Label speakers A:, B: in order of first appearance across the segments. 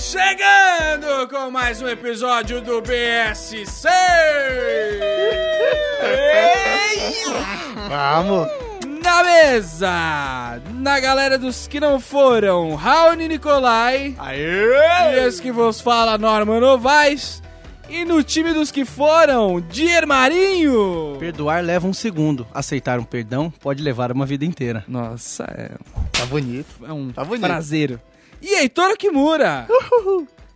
A: chegando com mais um episódio do BSC!
B: Vamos!
A: Na mesa, na galera dos que não foram, Raoni Nicolai, e
B: Aê!
A: esse que vos fala, Norman Novaes, e no time dos que foram, Dier Marinho!
C: Perdoar leva um segundo. Aceitar um perdão pode levar uma vida inteira.
A: Nossa, é,
B: Tá bonito.
A: é um
B: Tá bonito.
A: prazer. E Heitor Kimura!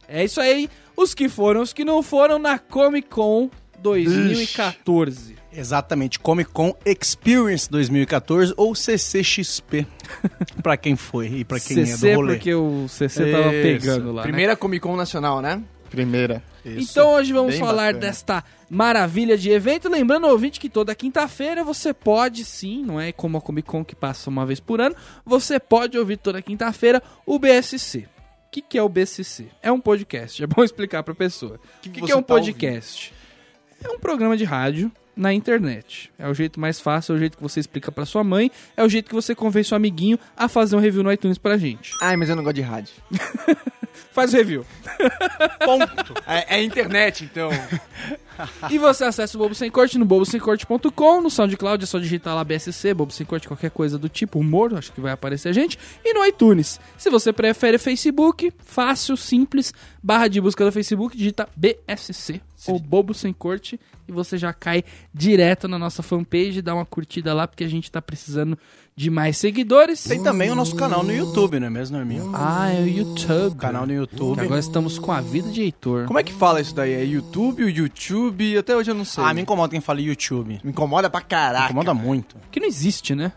A: É isso aí, os que foram, os que não foram na Comic Con 2014.
C: Exatamente. Comic Con Experience 2014 ou CCXP. pra quem foi e pra quem
D: CC,
C: é do rolê.
D: porque o CC tava
C: Isso.
D: pegando lá. né?
E: Primeira Comic Con nacional, né?
B: Primeira.
A: Então hoje vamos
B: bem
A: falar
B: bacana.
A: desta maravilha de evento. Lembrando, ouvinte, que toda quinta-feira você pode sim, não é como a Comic Con que passa uma vez por ano, você pode ouvir toda quinta-feira o BSC. O que, que é o BSC? É um podcast, é bom explicar pra pessoa. O que, que
E: você
A: é um
E: tá
A: podcast? É um programa de rádio na internet. É o jeito mais fácil, é o jeito que você explica pra sua mãe, é o jeito que você convence seu amiguinho a fazer um review no iTunes pra gente.
E: Ai, mas eu não gosto de rádio.
A: Faz o review.
E: Ponto. é, é internet, então.
A: E você acessa o Bobo Sem Corte no bobosemcorte.com, no SoundCloud é só digitar lá BSC, Bobo Sem Corte, qualquer coisa do tipo, humor, acho que vai aparecer a gente, e no iTunes. Se você prefere Facebook, fácil, simples, barra de busca do Facebook, digita BSC ou Bobo Sem Corte e você já cai direto na nossa fanpage, dá uma curtida lá, porque a gente tá precisando de mais seguidores.
C: Tem também o nosso canal no YouTube, não é mesmo, Norminho?
A: Ah, é o YouTube.
C: Canal no
A: Que
C: YouTube.
A: Agora estamos com a vida de Heitor.
E: Como é que fala isso daí? É YouTube, YouTube? Até hoje eu não sei.
C: Ah, me incomoda quem fala YouTube.
E: Me incomoda pra
C: Me
E: caraca.
C: incomoda muito.
A: Que não existe, né?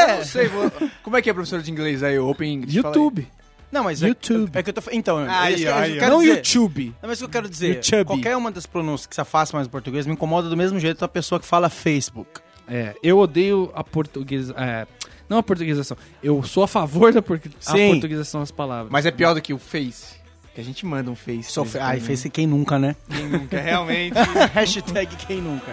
E: Eu não sei. vou- Como é que é professor de inglês aí? Open English? fala aí.
A: YouTube.
C: Não, mas é-
A: YouTube.
C: É, que eu tô. fa- Então,
E: Aí,
C: isso que eu-
E: aí,
C: isso que eu
E: ó.
C: quero
A: Não
C: dizer.
A: YouTube.
C: Não, mas o que eu quero dizer,
A: YouTube.
C: qualquer uma das pronúncias que se afasta mais do português me incomoda do mesmo jeito da pessoa que fala Facebook.
A: É, eu odeio a portuguesa. É, não a portuguesação. Eu sou a favor da portu- a
C: Sim.
A: portuguesação das palavras.
E: Mas é pior do que o Face. Que a gente manda um Face.
C: Só fe- Ai,
E: Face.
C: fez quem nunca, né?
E: Quem nunca, realmente.
C: Hashtag quem nunca.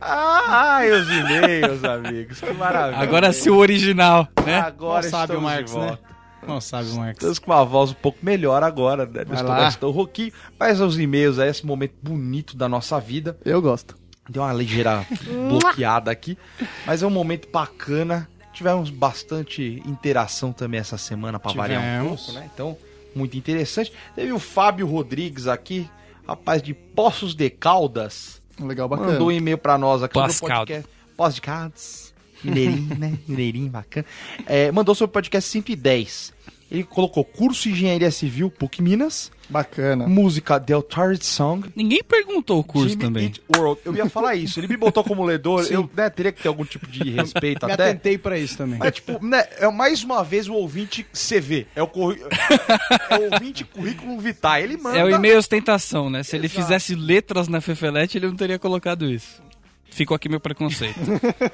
B: Ah, os e-mails, amigos. Que maravilha.
D: Agora sim o original, né?
B: Agora
C: Não sabe o Marcos,
B: de volta.
C: né? Não sabe, Marcos.
B: Estamos com uma voz um pouco melhor agora, né? Não estou
D: lá.
B: mais tão rouquinho. Mas os e-mails, é esse momento bonito da nossa vida.
D: Eu gosto.
B: Deu uma ligeira bloqueada aqui, mas é um momento bacana. Tivemos bastante interação também essa semana para variar um
C: Tivemos.
B: pouco, né? Então, muito interessante. Teve o Fábio Rodrigues aqui, rapaz de Poços de Caldas.
D: Legal,
B: Mandou um e-mail para nós aqui
D: Poços de Caldas.
B: Poços de Caldas. Mineirinho, né? Mineirinho, bacana. É, mandou sobre o podcast 110. Ele colocou curso de engenharia civil PUC Minas,
D: Bacana.
B: música Del Target Song,
D: Ninguém perguntou o curso
B: Jimmy
D: também.
B: Eat World. Eu ia falar isso. Ele me botou como ledor. eu né, teria que ter algum tipo de respeito
C: Me
B: até.
C: atentei pra isso também.
B: Mas, tipo, né, é mais uma vez o ouvinte CV. É o, curri... é o ouvinte currículo vitae. Ele manda.
D: É o e-mail ostentação, né? Se ele fizesse letras na Fefelete, ele não teria colocado isso. Ficou aqui meu preconceito.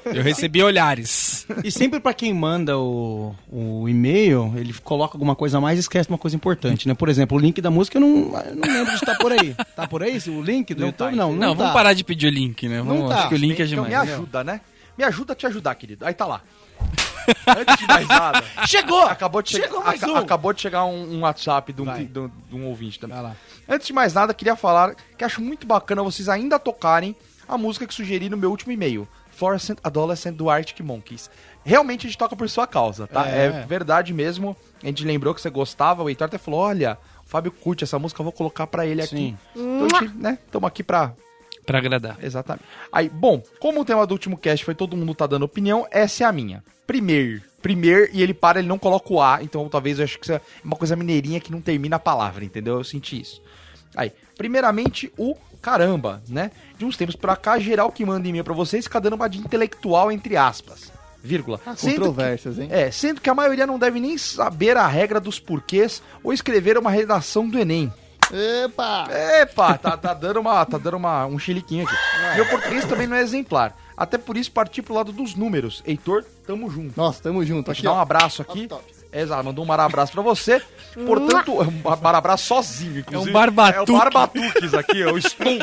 D: Eu recebi olhares.
C: E sempre pra quem manda o, o e-mail, ele coloca alguma coisa a mais e esquece uma coisa importante, né? Por exemplo, o link da música eu não, eu não lembro de estar por aí. Tá por aí? O link do YouTube? não, não,
D: Não,
C: tá.
D: vamos parar de pedir o link, né? Vamos,
C: tá.
D: Acho que o link é
B: Então
D: demais.
B: me ajuda, né? Me ajuda a te ajudar, querido. Aí tá lá. Antes de mais nada. Chegou! Acabou de, chegar-
C: Chegou mais
B: aca-
C: um!
B: acabou de chegar um, um WhatsApp de um,
C: Vai.
B: de um- de um ouvinte também.
C: Vai lá.
B: Antes de mais nada, queria falar que acho muito bacana vocês ainda tocarem a música que sugeri no meu último e-mail. Florence Adolescent do Arctic Monkeys. Realmente a gente toca por sua causa, tá? É.
C: É.
B: verdade mesmo. A gente lembrou que você gostava, o Heitor até falou: olha, o Fábio curte essa música, eu vou colocar pra ele aqui.
C: Sim.
B: Então, a gente, né? Estamos aqui pra.
D: Pra agradar.
B: Exatamente. Aí, bom, como o tema do último cast foi todo mundo tá dando opinião, essa é a minha. Primeiro. Primeiro, e ele para, ele não coloca o A, então talvez eu acho que isso é uma coisa mineirinha que não termina a palavra, entendeu? Eu senti isso. Aí, primeiramente, o caramba, né? De uns tempos pra cá, geral que manda e-mail pra vocês fica dando uma de intelectual, entre aspas, vírgula.
E: Ah,
B: Sendo que-
D: Controvérsias, hein?
B: é, sendo que a maioria não deve nem saber a regra dos porquês ou escrever uma redação do Enem.
D: Epa!
B: Epa, tá, tá dando, uma, tá dando uma, um chiliquinho aqui. Meu português também não é exemplar. Até por isso parti pro lado dos números. Heitor, tamo junto.
D: Nossa, tamo junto.
B: Vou te dar um abraço aqui. Exato, mandou um marabraço pra você. Portanto, é um ba- marabraço sozinho, inclusive.
A: barbatuque.
B: É o barbatuques aqui, ó, o Stump.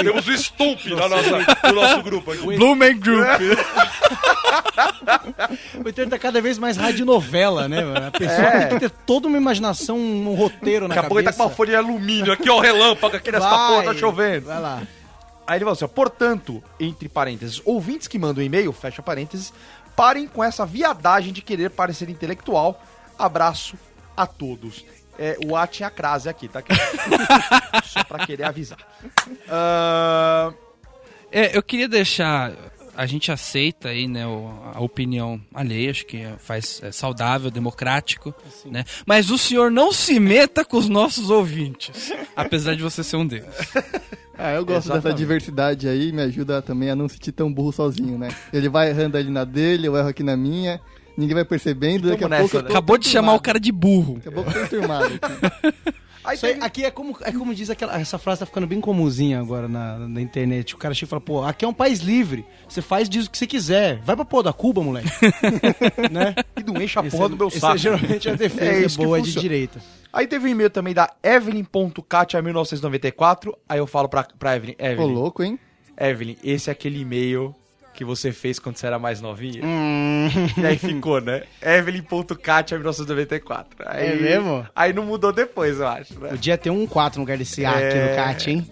B: Temos o Stump na nossa- no nosso grupo aqui.
A: Blue Man Group.
C: O Twitter tá cada vez mais radionovela, né, mano? A pessoa
B: É.
C: tem que ter toda uma imaginação, um roteiro na
B: Daqui a pouco ele
C: cabeça.
B: tá com uma folha de alumínio aqui, ó, relâmpago aqui nessa
C: Vai.
B: porra, tá chovendo.
C: Vai lá.
B: Aí ele falou assim, ó, portanto, entre parênteses, ouvintes que mandam e-mail, fecha parênteses, parem com essa viadagem de querer parecer intelectual. Abraço a todos. É, o A tinha crase aqui, tá? Só pra querer avisar. Ah, Ahn,
A: É, eu queria deixar. A gente aceita aí, né, o- a opinião alheia, acho que é- faz é saudável, democrático, né? Mas o senhor não se meta com os nossos ouvintes, apesar de você ser um deles.
E: Ah,
B: É,
E: eu gosto dessa
B: Exatamente.
E: diversidade aí, me ajuda também a não se sentir tão burro sozinho, né? Ele vai errando ali na dele, eu erro aqui na minha, ninguém vai percebendo, daqui a
B: Tamo
E: pouco...
B: nessa,
E: eu tô
B: né?
A: Acabou de chamar o
E: turmado.
A: cara de burro.
E: Daqui a pouco eu tô turmado.
B: aí
C: Isso aí,
B: teve-
C: aqui é como, é como diz aquela. Essa frase tá ficando bem comumzinha agora na, na internet. O cara chega e fala, pô, aqui é um país livre. Você faz, diz o que você quiser. Vai pra porra da Cuba, moleque. né?
B: E não enche a
C: Esse
B: porra
C: é-
B: do meu
C: esse
B: saco.
C: É, geralmente a
B: É
C: defesa
B: isso que
C: boa de
B: funciona.
C: direita.
B: Aí teve um e-mail também da Evelyn.katia1994. Aí eu falo pra, pra Evelyn,
E: Ô,
B: Evelyn,
E: louco, hein?
B: Evelyn, esse é aquele e-mail que você fez quando você era mais novinha. E aí ficou, né? Evelyn.katia1994. Aí,
C: É mesmo?
B: Aí não mudou depois, eu acho, né?
C: Podia ter um 4 no lugar desse A aqui
B: É.
C: no CAT, hein?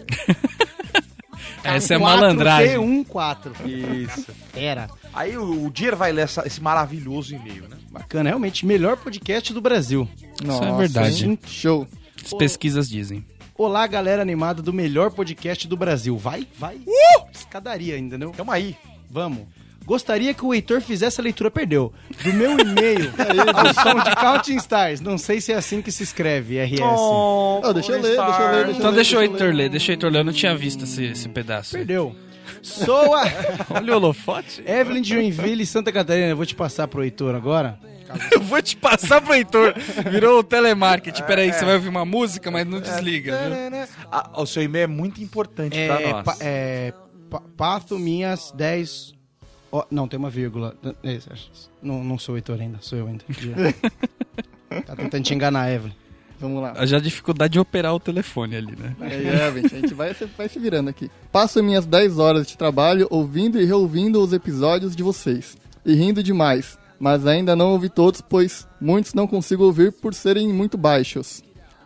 A: Essa é malandragem.
C: Tá Um 4.
B: Isso.
C: Era.
B: Aí o, o Dier vai ler essa- esse maravilhoso e-mail, né?
C: Bacana, realmente, melhor podcast do Brasil.
E: Nossa,
A: verdade.
E: hein? Show.
A: As pesquisas dizem.
C: Olá, galera animada do melhor podcast do Brasil. Vai, vai. Uh! Escadaria ainda, né?
B: Tamo aí.
C: Vamos. Gostaria que o Heitor fizesse a leitura, perdeu. Do meu e-mail ao som de Counting Stars. Não sei se é assim que se escreve, RS.
E: Ah, deixa eu ler, deixa eu ler, deixa eu
A: Então
E: ler,
A: deixa o
E: eu ler.
A: Heitor ler, deixa o Heitor ler, eu não tinha visto esse, esse pedaço. aí.
C: Perdeu. Sou a
A: Olha o holofote.
C: Evelyn de Joinville, Santa Catarina. Eu vou te passar pro Heitor agora.
A: Eu vou te passar pro Heitor. Virou o telemarketing. Peraí, você vai ouvir uma música, mas não desliga. viu?
B: Ah, o seu e-mail é muito importante pra
C: É,
B: nós.
C: pa- é, pa- Pato Minhas 10. ó, não, tem uma vírgula. É, Não, não sou o Heitor ainda, sou eu ainda. tá tentando te enganar, Evelyn.
E: Vamos lá.
A: Já a dificuldade de operar o telefone ali, né?
E: É, é, gente, a gente vai, se- vai se virando aqui. Passo minhas 10 horas de trabalho ouvindo e reouvindo os episódios de vocês. E rindo demais, mas ainda não ouvi todos, pois muitos não consigo ouvir por serem muito baixos.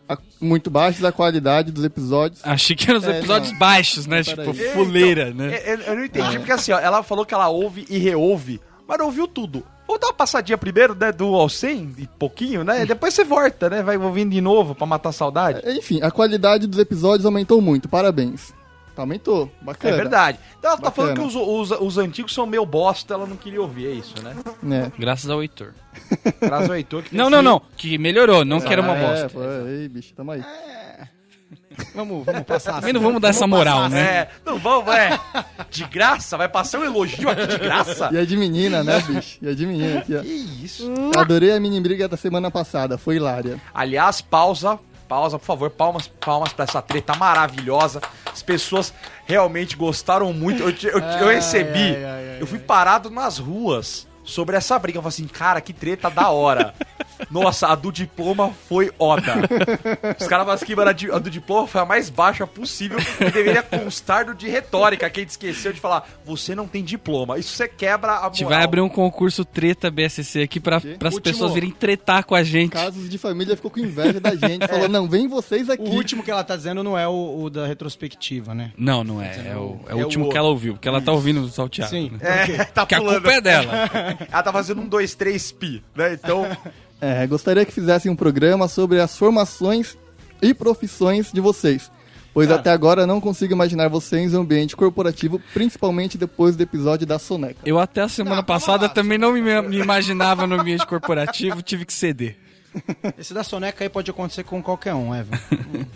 E: A- muito baixos a qualidade dos episódios.
A: Achei que eram os
E: É,
A: episódios
E: não.
A: baixos, né?
E: Peraí.
A: tipo,
E: É,
A: fuleira, né?
B: É, é, Eu, não entendi, porque assim, ó, ela falou que ela ouve e reouve, mas não ouviu tudo. Vou dar uma passadinha primeiro, né, do ao 100 e pouquinho, né? Depois você volta, né? Vai ouvindo de novo pra matar a saudade. É
E: Enfim, a qualidade dos episódios aumentou muito, parabéns. Aumentou,
B: É,
E: bacana.
B: verdade. Então ela tá
E: Bacana.
B: falando que os, os- os antigos são meio bosta, ela não queria ouvir, é isso, né?
E: Né?
A: Graças ao Heitor.
B: Traz o Heitor que tem
A: Não, não, não. Que melhorou, não que era uma
E: Ah, É,
A: bosta.
E: pô, ei, bicho, tamo aí.
C: Vamos, vamos passar. assim.
A: Também não vamos dar essa moral, né?
B: É, não vamos, é. De graça, vai passar um elogio aqui de graça.
E: E é de menina, né, bicho? E é de menina aqui, ó.
B: Que isso.
E: Adorei a mini briga da semana passada, foi hilária.
B: Aliás, pausa, pausa, por favor, palmas, palmas pra essa treta maravilhosa. As pessoas realmente gostaram muito. Eu, te- eu, te- eu recebi,
C: ai, ai, ai,
B: eu fui parado nas ruas sobre essa briga. Eu falei assim, cara, que treta da hora. Nossa, a do diploma foi oda. Os caras falaram que era de- a do diploma foi a mais baixa possível e deveria constar do de retórica. Quem esqueceu de falar, você não tem diploma. Isso você quebra a moral.
A: A gente vai abrir um concurso treta BSC aqui pra, pras
E: Último.
A: pessoas virem tretar com a gente.
E: Casos de família ficou com inveja da gente, falou, não, vem vocês aqui.
C: O último que ela tá dizendo não é o, o da retrospectiva, né?
A: Não, não é. É o, é o
B: É o
A: último que ela ouviu, porque ela tá ouvindo o salteado.
C: Sim.
A: Né?
B: É, tá
A: Porque a
B: pulando.
A: culpa é dela.
B: Ela tá fazendo um, dois, três, pi, né? Então,
E: É, gostaria que fizessem um programa sobre as formações e profissões de vocês. Pois
C: Cara.
E: até agora não consigo imaginar vocês em um ambiente corporativo, principalmente depois do episódio da Soneca.
A: Eu até a semana
C: Não, calma
A: passada
C: lá.
A: também não me, me imaginava no ambiente corporativo, tive que ceder.
C: Esse da soneca aí pode acontecer com qualquer um, Evelyn.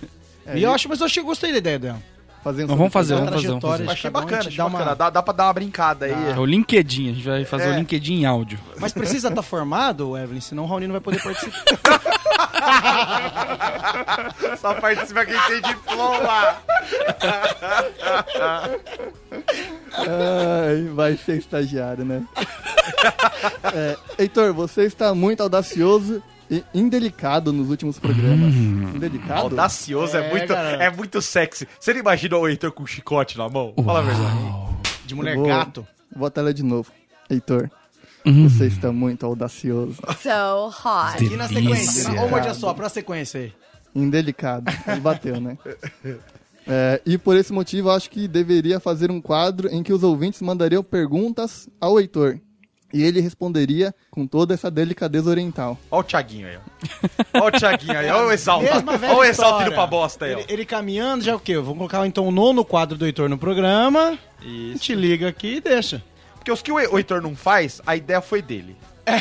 B: É,
C: e eu acho, mas eu achei, gostei da ideia dela.
E: Fazendo
A: Não, vamos fazer,
E: sobre-
A: vamos fazer. Vamos fazer.
C: Trajetória.
B: Achei
C: Cada um
B: bacana,
C: te
B: achei
C: dá uma-
B: bacana. Dá, dá pra dar uma brincada aí.
A: É o LinkedIn, a gente vai fazer o LinkedIn em áudio.
C: Mas precisa estar formado, Evelyn, senão o Raoni não vai poder participar.
B: Só participa quem tem
C: Tá
B: diploma.
E: Ai, vai ser estagiário, né? É, Heitor, você está muito audacioso e indelicado nos últimos programas. Indelicado?
B: Audacioso é,
C: É,
B: muito,
C: garoto.
B: é muito sexy. Você não imagina o Heitor com um chicote na mão? Fala a verdade.
C: De mulher
E: Vou-
C: gato.
E: Vou até ler de novo. Heitor, você está muito audacioso.
F: So hot.
C: E na sequência? Uma uma dia só, pra sequência aí.
E: Indelicado. Ele bateu, né? É, e por esse motivo, eu acho que deveria fazer um quadro em que os ouvintes mandariam perguntas ao Heitor. E ele responderia com toda essa delicadeza oriental.
B: Olha o Thiaguinho aí, ó. Olha o Thiaguinho aí, olha o Exalta.
C: Mesma velha
B: Olha o Exalta indo
C: história.
B: pra bosta aí,
C: Ele,
B: ó.
C: ele caminhando já é o quê? Vamos colocar então o nono quadro do Heitor no programa. A gente liga aqui e deixa.
B: Porque os que o Heitor não faz, a ideia foi dele.
C: É.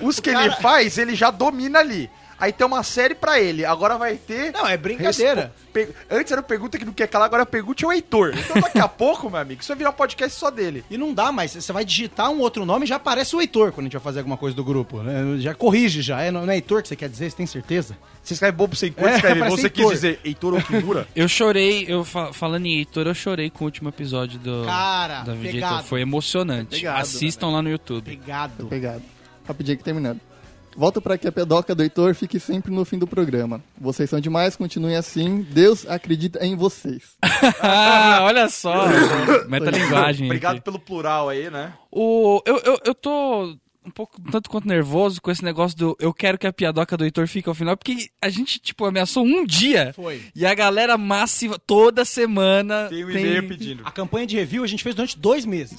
B: Os que ele faz, ele já domina ali. Aí tem uma série pra ele, agora vai ter...
C: Não, é brincadeira.
B: Respo- per- Antes era pergunta que não quer calar, agora pergunte ao Heitor. Então daqui a pouco, meu amigo, isso vai virar um podcast só dele.
C: E não dá mais. Você vai digitar um outro nome e já aparece o Heitor quando a gente vai fazer alguma coisa do grupo. né? Já corrige já. É, não não é Heitor que você quer dizer? Você tem certeza?
B: Você escreve bobo sem cor,
C: É,
B: escreve.
C: parece
B: Você quis
C: Heitor.
B: dizer Heitor Okimura?
A: Eu chorei, eu fa- falando em Heitor, eu chorei com o último episódio do
C: Cara,
A: da Vida
C: pegado.
A: Heitor. Foi emocionante.
E: Pegado,
A: Assistam lá no YouTube.
C: Obrigado.
E: Pegado. Rapidinho que terminando. Volto para que a pedoca do Heitor fique sempre no fim do programa. Vocês são demais, continuem assim. Deus acredita em vocês.
A: ah, olha só. Metalinguagem.
B: Obrigado
A: aqui.
B: pelo plural aí, né?
A: O, eu, eu, eu tô um pouco tanto quanto nervoso com esse negócio do eu quero que a piadoca do Heitor fique ao final, porque a gente, tipo, ameaçou um dia.
C: Foi.
A: E a galera massiva, toda semana.
B: Tem um e-mail pedindo.
C: A campanha de review a gente fez durante dois meses.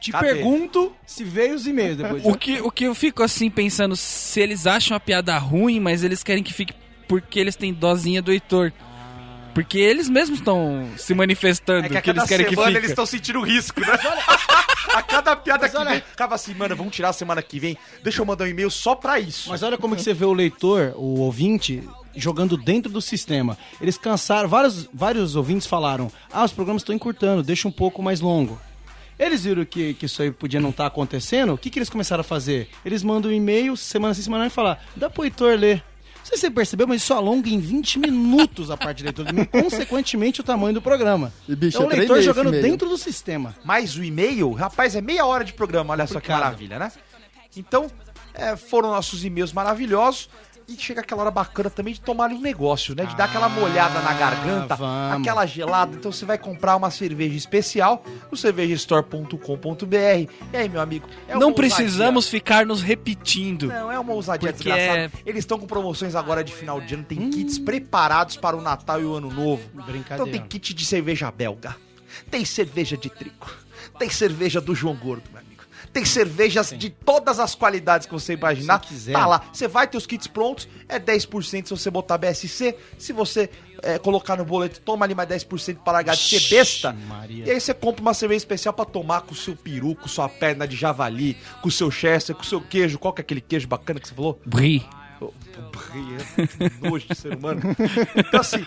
C: Te
B: Cadê?
C: pergunto se veio os e-mails depois.
A: O que, o que eu fico assim pensando, se eles acham a piada ruim, mas eles querem que fique porque eles têm dozinha do Heitor. Porque eles mesmos estão se
B: É
A: manifestando que, eles querem que fique.
B: eles estão sentindo risco, né? a cada piada que vem, acaba assim, mano, vamos tirar semana que vem. Deixa eu mandar um e-mail só pra isso.
C: Mas olha como que você vê o leitor, o ouvinte, jogando dentro do sistema. Eles cansaram, vários, vários ouvintes falaram, ah, os programas estão encurtando, deixa um pouco mais longo. Eles viram que, que isso aí podia não estar acontecendo, o que, que eles começaram a fazer? Eles mandam um e-mail, semana sim, semana não, e falar, dá pro Heitor ler. Não sei se você percebeu, mas isso alonga em 20 minutos a parte de leitor, e consequentemente o tamanho do programa.
E: E, bicho,
C: é o
E: eu treinei
C: leitor
E: esse
C: jogando
E: e-mail.
C: dentro do sistema.
B: Mas o e-mail, rapaz, é meia hora de programa, olha só que
C: Complicado.
B: maravilha, né? Então, é, foram nossos e-mails maravilhosos. E chega aquela hora bacana também de tomar um negócio, né? De dar aquela molhada na garganta,
C: vamos.
B: aquela gelada. Então você vai comprar uma cerveja especial no cervejastore.com.br. E aí, meu amigo? é uma
A: Não
B: ousadia.
A: precisamos ficar nos repetindo.
B: Não, é uma ousadia
A: Porque
B: desgraçada. Eles estão com promoções agora de final de ano, tem kits preparados para o Natal e o Ano Novo. Então
C: Brincadeira.
B: tem kit de cerveja belga, tem cerveja de trigo, tem cerveja do João Gordo, meu amigo. Tem cervejas de todas as qualidades que você imaginar.
C: você quiser.
B: Tá lá. Você vai ter os kits prontos. É 10% se você botar BSC. Se você é, colocar no boleto, toma ali mais 10% para largar de ser
C: Ixi,
B: besta.
C: Maria.
B: E aí você compra uma cerveja especial pra tomar com o seu peru, com sua perna de javali, com o seu chester, com o seu queijo. Qual que é aquele queijo bacana que você falou?
A: Bri.
B: Ô, brie, que nojo de ser humano. Então assim,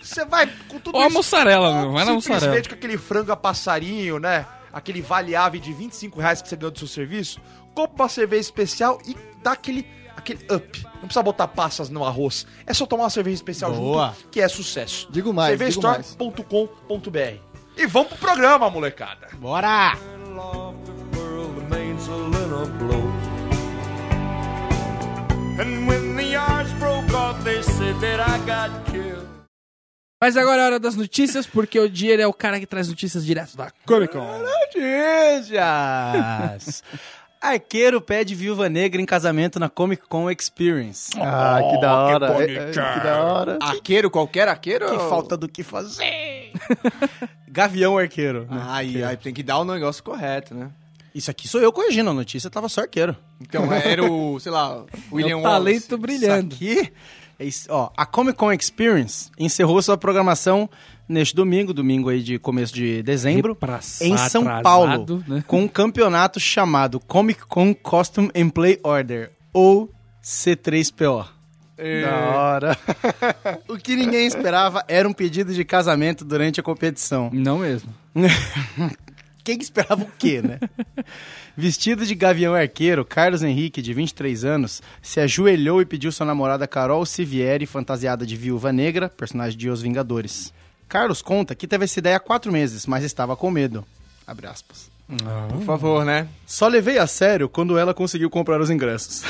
B: você vai com tudo
A: Ou a mussarela, meu. Vai na mussarela.
B: simplesmente com aquele frango a passarinho, né? Aquele vale ave de 25 reais que você ganhou do seu serviço. Compra uma cerveja especial e dá aquele, aquele up. Não precisa botar passas no arroz. É só tomar uma cerveja especial
C: Boa.
B: junto, que é sucesso.
E: Digo mais, digo
B: Cervejastore.com.br E vamos pro programa, molecada.
C: Bora!
G: Mas agora é hora das notícias, porque o Dier é o cara que traz notícias direto da Comic Con.
C: Notícias! Arqueiro pede viúva negra em casamento na Comic Con Experience.
E: Ah, que da hora. é, é, que da hora.
H: Arqueiro, qualquer arqueiro?
C: Que falta do que fazer! Gavião arqueiro. né?
H: Ai, ai, tem que dar o negócio correto, né?
C: Isso aqui sou eu corrigindo, a notícia tava só arqueiro.
H: Então era o, sei lá, William
G: É o
H: Wallace.
G: talento brilhando.
C: Isso aqui, é isso, ó, a Comic Con Experience encerrou sua programação neste domingo, domingo aí de começo de dezembro,
G: Repraçar,
C: em São
G: atrasado,
C: Paulo,
G: né?
C: com um campeonato chamado Comic Con Costume and Play Order, ou C3PO.
E: Da hora.
C: É. O que ninguém esperava era um pedido de casamento durante a competição.
G: Não mesmo.
C: Quem esperava o quê, né? Vestido de gavião arqueiro, Carlos Henrique, de 23 anos, se ajoelhou e pediu sua namorada Carol Sivieri, fantasiada de viúva negra, personagem de Os Vingadores. Carlos conta que teve essa ideia há quatro meses, mas estava com medo. Abre aspas.
G: Por favor, né?
I: Só levei a sério quando ela conseguiu comprar os ingressos.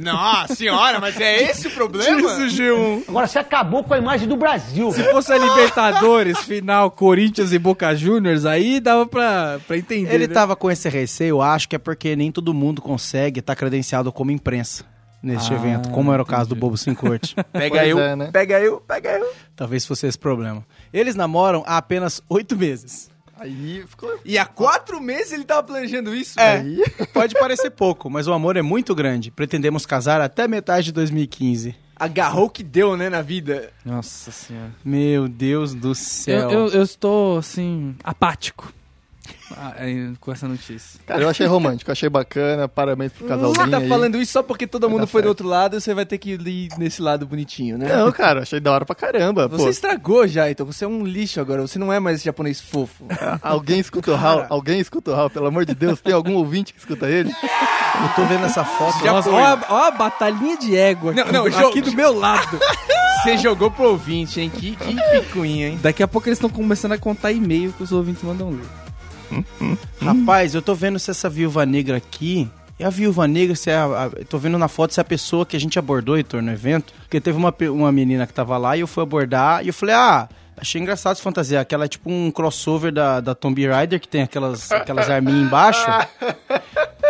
G: Nossa senhora, mas é esse o problema?
I: G1.
J: Agora você acabou com a imagem do Brasil.
A: Se fosse a Libertadores, final, Corinthians e Boca Juniors, aí dava pra, pra entender.
C: Ele tá-
A: né?
C: tava com esse receio, acho que é porque nem todo mundo consegue estar credenciado como imprensa neste
G: Ah,
C: evento, como era o caso do Bobo Sem Corte.
G: Pega
E: Pois
G: eu,
E: é, né?
G: pega eu, pega eu.
C: Talvez fosse esse problema. Eles namoram há apenas oito meses.
E: Aí ficou.
G: E há quatro meses ele tava planejando isso? né? velho.
E: Aí.
C: Pode parecer pouco, mas o amor é muito grande. Pretendemos casar até metade de 2015.
G: Agarrou o que deu, né, na vida.
A: Nossa senhora.
C: Meu Deus do
A: Eu,
C: céu.
A: eu, eu estou, assim, apático ah, é, com essa notícia.
E: Cara, eu achei romântico, achei bacana. Parabéns pro casalzinho.
G: Você tá
E: aí.
G: falando isso só porque todo mundo
E: dar
G: foi do
E: certo.
G: outro lado, você vai ter que ir nesse lado bonitinho, né?
E: Não, cara, achei da hora pra caramba.
G: Você
E: Pô,
G: estragou já, então. Você é um lixo agora. Você não é mais esse japonês fofo.
E: alguém escuta o Raul? Alguém escuta o Raul, pelo amor de Deus. Tem algum ouvinte que escuta ele?
C: Eu tô vendo essa foto.
G: Já
A: Nossa,
G: foi.
A: ó, a- ó a batalhinha de égua aqui,
G: não,
A: aqui
G: jogo-
A: do meu lado.
G: Você jogou pro ouvinte, hein? Que, que picuinha, hein?
A: Daqui a pouco eles estão começando a contar e-mail que os ouvintes mandam ler.
C: Rapaz, eu tô vendo se essa viúva negra aqui. E a viúva negra, se é a, a- eu tô vendo na foto se é a pessoa que a gente abordou, Heitor, no evento. Porque teve uma, pe- uma menina que tava lá e eu fui abordar e eu falei, ah. Achei engraçado essa fantasia. Aquela é tipo um crossover da, da Tomb Raider, que tem aquelas, aquelas arminhas embaixo,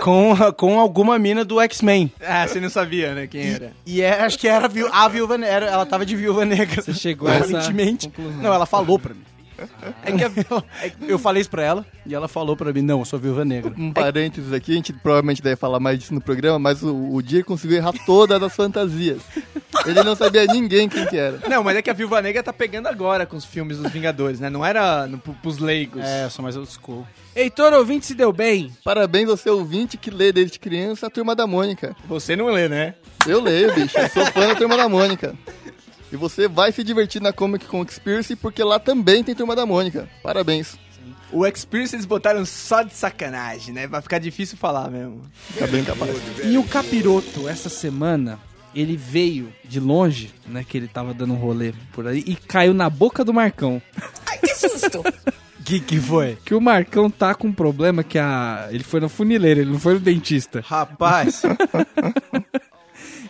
C: com, com alguma mina do X-Men.
G: Ah, você não sabia, né, quem era.
C: E é- acho que era a viú- a viúva negra. Ela tava de viúva negra. Você
A: chegou a essa
C: Não, ela falou pra mim. É que a- eu falei isso pra ela e ela falou pra mim: não, eu sou viúva negra.
E: Um parênteses aqui, a gente provavelmente deve falar mais disso no programa, mas o, o Dir conseguiu errar todas as fantasias. Ele não sabia ninguém quem que era.
G: Não, mas é que a Viúva Negra tá pegando agora com os filmes dos Vingadores, né? Não era no, pros leigos.
C: É, eu sou mais old school.
A: Heitor, ouvinte, se deu bem.
E: Parabéns ao seu ouvinte que lê desde criança a Turma da Mônica.
G: Você não lê, né?
E: Eu leio, bicho. Eu sou fã da Turma da Mônica. E você vai se divertir na Comic Con Experience, porque lá também tem Turma da Mônica. Parabéns.
G: O Experience eles botaram só de sacanagem, né? Vai ficar difícil falar mesmo.
E: Fica Tá bem capaz.
A: E o Capiroto, essa semana, ele veio de longe, né? Que ele tava dando um rolê por aí e caiu na boca do Marcão.
C: Que que foi?
A: Que o Marcão tá com um problema que a. Ele foi na funileira, ele não foi no dentista.
C: Rapaz,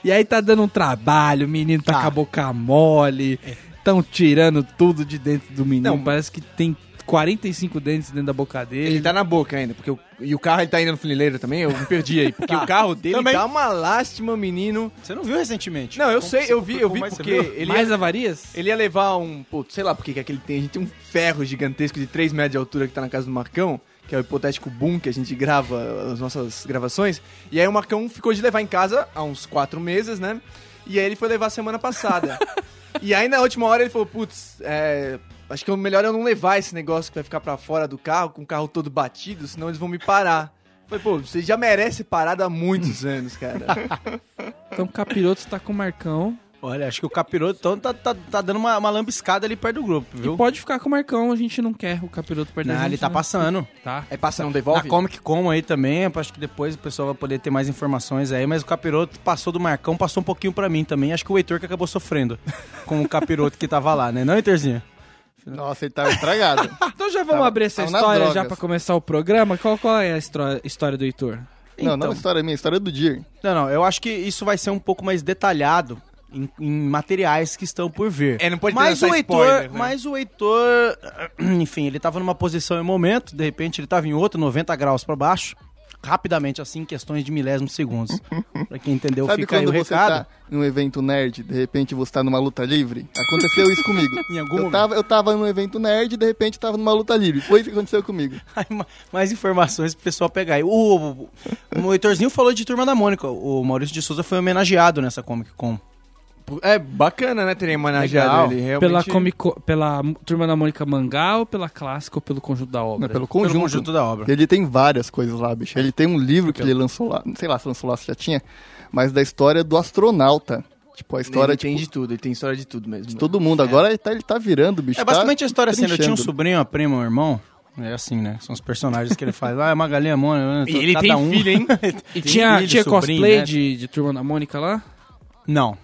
A: E aí tá dando um trabalho, o menino tá,
C: Tá.
A: com a boca mole, tão tirando tudo de dentro do menino.
G: Não.
A: Parece que tem 45 dentes dentro da boca dele.
G: Ele tá na boca ainda, porque o, e o carro ele tá indo no funileiro também, eu me perdi aí. Porque o carro dele
C: Também.
G: tá uma lástima, menino.
C: você não viu recentemente?
G: Não, eu
C: Como
G: sei,
C: você
G: eu vi, eu vi
C: mais você
G: porque
C: viu?
G: ele
A: Mais
G: ia,
A: avarias?
G: ele ia levar um, pô, sei lá porque que é que ele tem, a gente tem um ferro gigantesco de 3 metros de altura que tá na casa do Marcão, que é o hipotético boom que a gente grava as nossas gravações, e aí o Marcão ficou de levar em casa há uns 4 meses, né? E aí ele foi levar semana passada. e aí na última hora ele falou, putz, é, acho que é melhor eu não levar esse negócio que vai ficar pra fora do carro, com o carro todo batido, senão eles vão me parar. Falei, pô, você já merece parada há muitos anos, cara.
A: Então o Capiroto tá com o Marcão.
C: Olha, acho que o capiroto então, tá, tá, tá dando uma, uma lambiscada ali perto do grupo,
A: E
C: viu?
A: pode ficar com o Marcão, a gente não quer o Capiroto perder
C: Não, ele tá passando.
A: Tá.
G: É passa, não
C: Na
G: devolve?
C: Comic Con aí também, eu acho que depois o pessoal vai poder ter mais informações aí, mas o capiroto passou do Marcão, passou um pouquinho pra mim também. Acho que o Heitor que acabou sofrendo com o capiroto que tava lá, né? Não, Heitorzinho?
E: Nossa, ele tava estragado.
A: Então já vamos
E: Tava-
A: abrir essa
E: tava nas
A: história já
E: drogas.
A: pra começar o programa. Qual, qual é a histro- história do Heitor?
E: Não, não
C: Então.
E: é história minha, é história do Dir.
C: Não, não, eu acho que isso vai ser um pouco mais detalhado em, em materiais que estão por vir.
G: É, não pode
C: mas
G: lançar
C: o Heitor,
G: spoiler, né?
C: mas o Heitor, enfim, ele tava numa posição em um momento, de repente ele tava em outra, 90 graus pra baixo, rapidamente assim, em questões de milésimos segundos. pra quem entendeu,
E: Sabe
C: fica aí
E: quando
C: o
E: você
C: recado.
E: tá num evento nerd, de repente você tá numa luta livre? Aconteceu isso comigo.
C: Em algum
E: eu tava, eu tava num evento nerd e de repente tava numa luta livre. Foi isso que aconteceu comigo.
C: Aí, ma- mais informações pro pessoal pegar aí. O, o, o, o Heitorzinho falou de Turma da Mônica, o Maurício de Souza foi homenageado nessa Comic Con.
G: É bacana, né, terem
C: Legal.
G: homenageado ele, realmente.
A: Pela, Comico- pela Turma da Mônica Mangá ou pela clássica ou pelo conjunto da obra?
E: Não, pelo conjunto.
C: Pelo conjunto da obra.
E: Ele tem várias coisas lá, bicho. Ele tem um livro que ele lançou lá, não sei lá se lançou lá, se já tinha, mas da história do astronauta. Tipo, a história
G: ele
E: tipo,
G: tem de tudo, ele tem história de tudo mesmo.
E: de todo mundo. Agora ele tá, ele tá virando, bicho.
C: É basicamente
E: tá
C: a história assim, eu tinha um
E: trinchando.
C: sobrinho, uma prima, um irmão. É assim, né? São os personagens que ele faz. Ah, é uma galinha mona.
G: E ele tem
C: um.
G: filho, hein?
A: E tinha,
C: filho,
A: tinha
C: sobrinho,
A: cosplay
C: né?
A: de, de Turma da Mônica lá?
C: Não.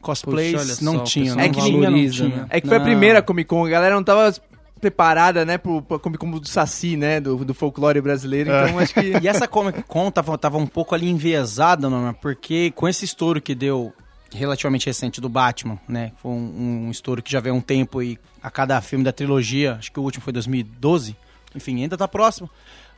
C: Cosplays
A: Poxa, olha
C: não
A: só,
C: tinha.
A: o
C: Não
A: pessoal
C: tinha, não
A: valoriza,
C: tinha.
A: né?
G: É que foi a
C: Não.
G: primeira Comic Con, a galera não tava preparada, né, pro, pra Comic Con do Saci, né, do, do folclore brasileiro, então acho que...
C: E essa Comic Con tava, tava um pouco ali enviesada, Norma, porque com esse estouro que deu relativamente recente do Batman, né? Foi um, um estouro que já veio há um tempo e a cada filme da trilogia, acho que o último foi 2012, enfim, ainda tá próximo.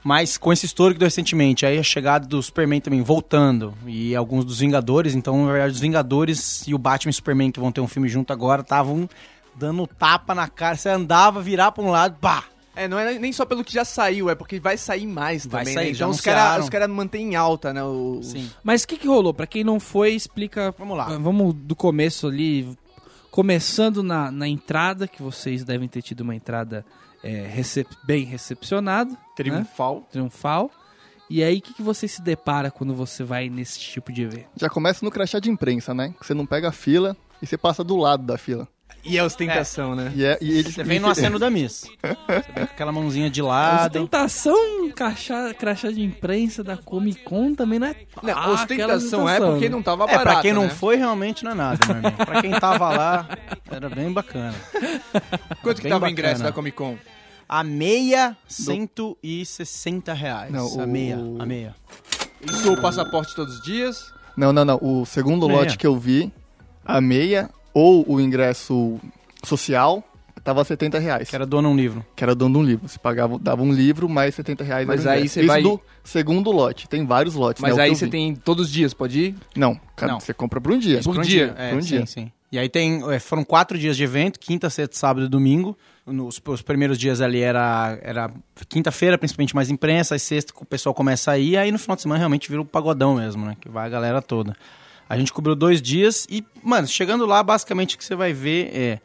C: Mas com esse estouro que deu recentemente, aí a chegada do Superman também voltando e alguns dos Vingadores, então na verdade os Vingadores e o Batman e Superman que vão ter um filme junto agora estavam dando tapa na cara. Você andava, virar pra um lado, pá!
G: É, não é nem só pelo que já saiu, é porque vai sair mais
C: Vai
G: também,
C: sair,
G: né?
C: já
G: Então os
C: anunciaram.
G: caras cara mantêm em alta, né, os...
C: Sim.
A: Mas o que, que rolou? Pra quem não foi, explica.
C: Vamos lá.
A: Ah, Vamos do começo ali. Começando na, na entrada, que vocês devem ter tido uma entrada é, recep- bem recepcionada. né?
G: Triunfal.
A: Triunfal. E aí, o que, que você se depara quando você vai nesse tipo de evento?
E: Já começa no crachá de imprensa, né? Que você não pega a fila e você passa do lado da fila.
G: E é ostentação, né?
E: E, é, e eles,
C: Você vem no aceno da Miss. Você vem com aquela mãozinha Ah, de um-
A: A
E: um
C: lado.
A: ostentação, crachá, crachá de imprensa da Comic Con também não é.
G: Não,
A: Ah, aquela
G: ostentação é
A: ostentação,
G: porque
A: né?
G: não tava
C: É,
G: barato,
C: pra quem não
G: né?
C: foi, realmente não é nada, meu irmão. Pra quem tava lá, era bem bacana.
G: Quanto que
C: Bem
G: tava o
C: bacana.
G: ingresso da Comic Con?
C: A meia, 160 reais.
E: Não,
C: a
E: o-
C: meia, a meia.
G: Isso o passaporte todos os dias?
E: Não, não, não. O segundo
K: Meia.
E: lote que eu vi, a meia ou o ingresso social, tava 70 reais.
C: Que era dona um livro.
E: que era dono de um livro. Você pagava, dava um livro, mais 70 reais.
G: Mas
E: era o
G: aí
E: ingresso.
G: você
E: Isso
G: vai-
E: do segundo lote. Tem vários lotes,
G: Mas
E: né? O que
G: aí
E: eu
G: você
E: vi.
G: tem todos os dias, pode ir?
E: Não, cara,
C: Não.
E: você compra por um dia.
G: Por dia,
C: É,
E: por um
C: sim,
E: dia.
C: sim. E aí tem, é, foram quatro dias de evento, quinta, sexta, sábado e domingo. Nos, os primeiros dias ali era, era quinta-feira, principalmente mais imprensa, aí sexta o pessoal começa a ir, aí no final de semana realmente vira o pagodão mesmo, né? Que vai a galera toda. A gente cobriu dois dias e, mano, chegando lá, basicamente o que você vai ver é.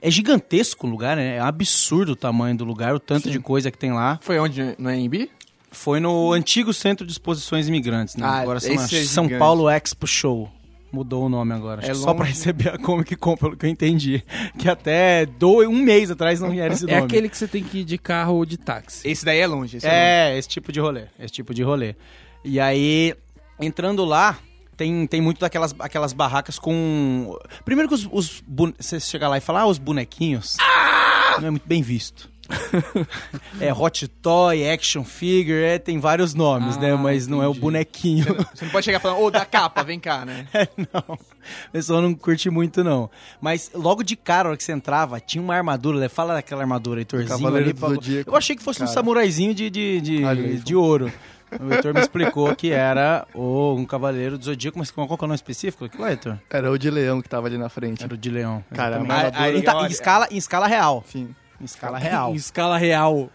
C: É gigantesco o lugar, né? É absurdo o tamanho do lugar, o tanto de coisa que tem lá.
G: Foi onde? é No AMB?
C: Foi no antigo Centro de Exposições Imigrantes, né?
G: Ah,
C: agora se chama
G: esse é
C: São
G: gigante.
C: Paulo Expo Show. Mudou o nome agora. Acho
G: É
C: que Só
G: longe.
C: pra receber a Comic Con, pelo que eu entendi. Que até do, um mês atrás não era esse
A: É
C: nome.
A: aquele que você tem que ir de carro ou de táxi.
G: Esse daí é longe. Esse é
C: É, esse tipo de rolê. Esse tipo de rolê. E aí, entrando lá, tem, tem muito daquelas aquelas barracas com. Primeiro que os. os bone- Você chega lá e fala, ah, os bonequinhos.
G: Ah!
C: Não é muito bem visto. é Hot Toy, Action Figure, é, tem vários nomes,
A: Ah,
C: né? Mas não é o
A: entendi.
C: bonequinho.
G: longe. Você não pode chegar falando, ô, da capa, vem cá, né?
C: não. O pessoal não curte muito, não. Mas logo de cara, a hora que você entrava, tinha uma armadura. né? Fala daquela armadura, Heitorzinho.
E: Cavaleiro
C: ali,
E: do
C: pra-
E: Zodíaco.
C: Eu achei que fosse um
E: Cara.
C: samuraizinho de, de, de,
E: Olha aí,
C: de ouro. O Heitor me explicou que era o- um cavaleiro do Zodíaco, mas qual que é o nome específico? Aquilo lá, Heitor?
E: Era o de leão que tava ali na frente.
C: Era o de leão.
E: Cara,
C: Exatamente.
E: mas-
C: Em ta- em, escala, em escala real.
E: Sim.
C: Em escala real.
A: Em escala real.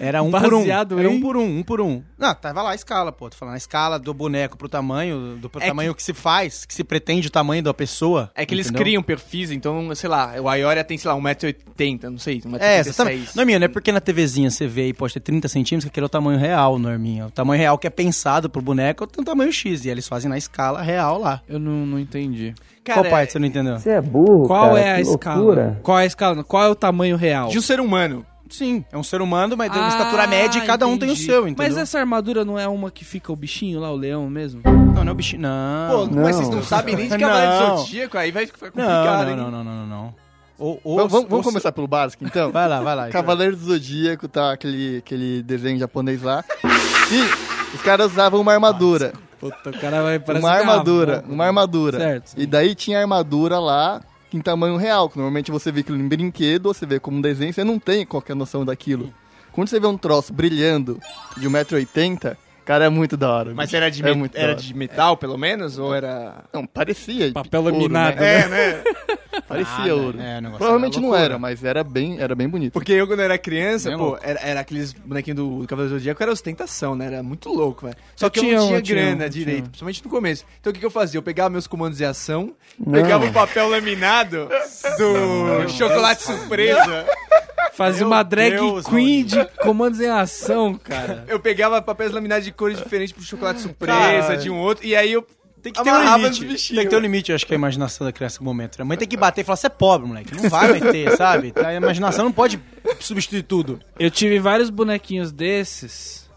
C: Era um por um.
A: Baseado
C: Era
A: em-
C: um por um, um por um. Não, tava lá a escala, pô. Tô falando a escala do boneco pro tamanho, do pro
G: É
C: tamanho que... se faz, que se pretende o tamanho da pessoa.
G: É que eles
C: entendeu?
G: criam perfis, então, sei lá, o Ayoria tem, sei lá, 1,80m, não sei, 1,86m.
C: É, exatamente. Norminha, não é porque na TVzinha você vê e pode ter 30 centímetros, que aquele é o tamanho real, Norminha. O tamanho real que é pensado pro boneco tem o tamanho X, e eles fazem na escala real lá.
A: Eu não, não entendi.
G: Cara,
C: Qual parte você não entendeu?
B: Você é burro,
A: Qual
B: cara,
A: é a
B: que
A: escala?
B: loucura.
A: Qual é a escala? Qual é o tamanho real?
G: De um ser humano.
C: Sim, é um ser humano, mas tem uma
A: Ah,
C: estatura média e cada um tem o
A: entendi.
C: seu, entendeu?
A: Mas essa armadura não é uma que fica o bichinho lá, o leão mesmo?
C: Não, não é o bichinho,
G: Pô,
C: não.
B: não.
G: mas vocês não sabem nem de Cavaleiro
C: Não.
G: do Zodíaco, aí vai ficar
C: não,
G: complicado,
C: não,
G: hein?
C: não, não, não, não, não. Ou- ou-
E: Vamos, vamos- vamos
C: ou-
E: começar pelo básico, então?
C: Vai lá, vai lá.
E: Cavaleiro do Zodíaco, tá? Aquele, aquele desenho japonês lá. E os caras usavam uma armadura.
A: Puta, o cara vai
E: é uma armadura. Uma armadura.
A: né? Certo.
E: E daí tinha armadura lá em tamanho real. que Normalmente você vê aquilo em brinquedo, você vê como um desenho, você não tem qualquer noção daquilo. Quando você vê um troço brilhando de 1,80m, cara, é muito da hora.
G: Mas
E: bicho.
G: era de,
E: é
G: me-
E: muito
G: era
E: da hora.
G: de metal, pelo menos? Ou era.
E: Não, parecia.
A: Papel
E: ouro,
A: laminado,
E: né?
A: né?
E: Parecia ouro.
C: É, o negócio
E: Provavelmente
C: era
E: não
C: loucura.
E: era, mas era bem, era bem bonito.
G: Porque eu, quando era criança,
C: Bem
G: pô,
C: louco.
G: era, era aqueles bonequinhos do, do Cavaleiro do Zodíaco, era ostentação, né? Era muito louco, velho. Só
A: Eu
G: que eu
A: tinha
G: não
A: um,
G: tinha
A: eu tinha um,
G: grana
A: eu tinha
G: direito,
A: um.
G: principalmente no começo. Então o que, que eu fazia? Eu pegava meus comandos de ação,
B: Não.
G: pegava o papel laminado do chocolate surpresa.
A: Fazia
G: Meu
A: uma drag
G: Deus,
A: queen de comandos em ação, cara.
G: Eu pegava papéis laminados de cores diferentes pro chocolate surpresa,
C: Cara.
G: de um outro, e aí eu
C: Tem que ter um
G: Amarrava
C: limite.
G: nos bichinhos.
C: Tem que ter um limite, eu acho que a imaginação da criança no momento. né? A mãe tem que bater e falar, você é pobre, moleque. Não vai meter, sabe? A imaginação não pode substituir tudo.
A: Eu tive vários bonequinhos desses.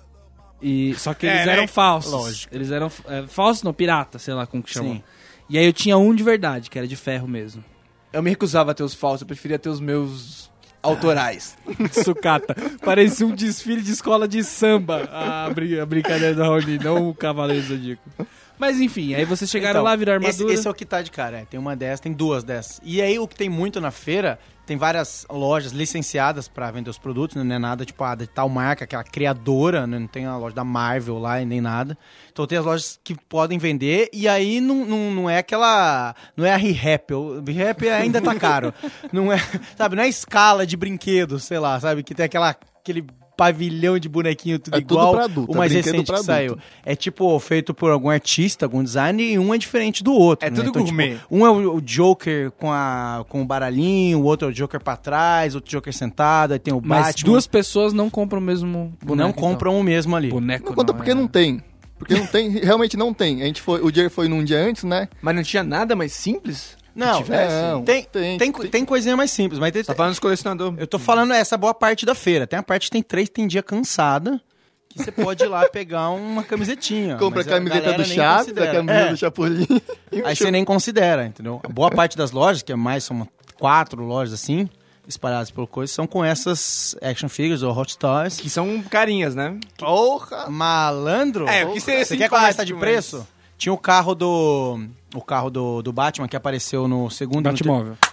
A: E, só que eles
C: né?
A: eram falsos.
C: Lógico.
A: Eles eram é, falsos, não, pirata, sei lá como que chamam.
C: Sim.
A: E aí eu tinha um de verdade, que era de ferro mesmo.
G: Eu me recusava a ter os falsos, eu preferia ter os meus autorais.
A: Sucata. Parecia um desfile de escola de samba. A, brin- a brincadeira da Raoni, não o Cavaleiro Zodíaco. Mas enfim, aí vocês chegaram
C: Então,
A: lá, viraram
C: esse,
A: armadura.
C: esse é o que tá de cara. é. Tem uma dessas, tem duas dessas. E aí o que tem muito na feira, tem várias lojas licenciadas pra vender os produtos, né? não é nada tipo a de tal marca, aquela criadora, né? não tem a loja da Marvel lá e nem nada. Então tem as lojas que podem vender e aí não, não, não é aquela. Não é a ReHap. O ReHap ainda tá caro. não é, sabe, não é escala de brinquedo, sei lá, sabe? Que tem aquela, aquele pavilhão de bonequinho tudo
E: É tudo
C: igual.
E: pra adulto,
C: o mais
E: é brinquedo
C: recente
E: pra
C: que saiu.
E: adulto.
C: É tipo feito por algum artista, algum design, e um é diferente do outro.
G: É
C: né?
G: tudo
C: tipo,
G: gourmet.
C: um é o o Joker com, a, com o baralhinho, o outro é o Joker pra trás, outro Joker sentado, aí tem o
A: Mas
C: Batman.
A: duas pessoas não compram o mesmo boneco.
C: não compram o mesmo ali.
A: então. boneco.
E: Não conta porque
A: é.
E: não tem. Porque não tem, realmente não tem. A gente foi, o Jerry foi num dia antes, né?
G: Mas não tinha nada mais simples?
C: Não, é,
E: Não,
C: tem,
E: tem-
C: tem, tem, tem coisinha mais simples, mas tem,
G: Tá falando dos colecionadores.
C: Eu tô falando essa boa parte da feira. Tem a parte que tem três, tem dia cansada. Que você pode ir lá pegar uma camisetinha.
E: Compra a
C: mas
E: camiseta
C: galera
E: do
C: nem
E: Chaves, a
C: considera.
E: camisa
C: É.
E: do Chapolin. e o
C: Aí você nem considera, entendeu? A boa parte das lojas, que é mais, são quatro lojas assim, espalhadas pelo coisa, são com essas action figures ou hot toys.
G: Que são carinhas, né?
E: Porra!
C: Malandro!
G: É, o que seria
C: você quer
G: simpático,
C: conversar de
G: mas-
C: preço? Tinha o carro do. O carro do, do Batman que apareceu no segundo. e no
A: Batmóvel.
C: ter-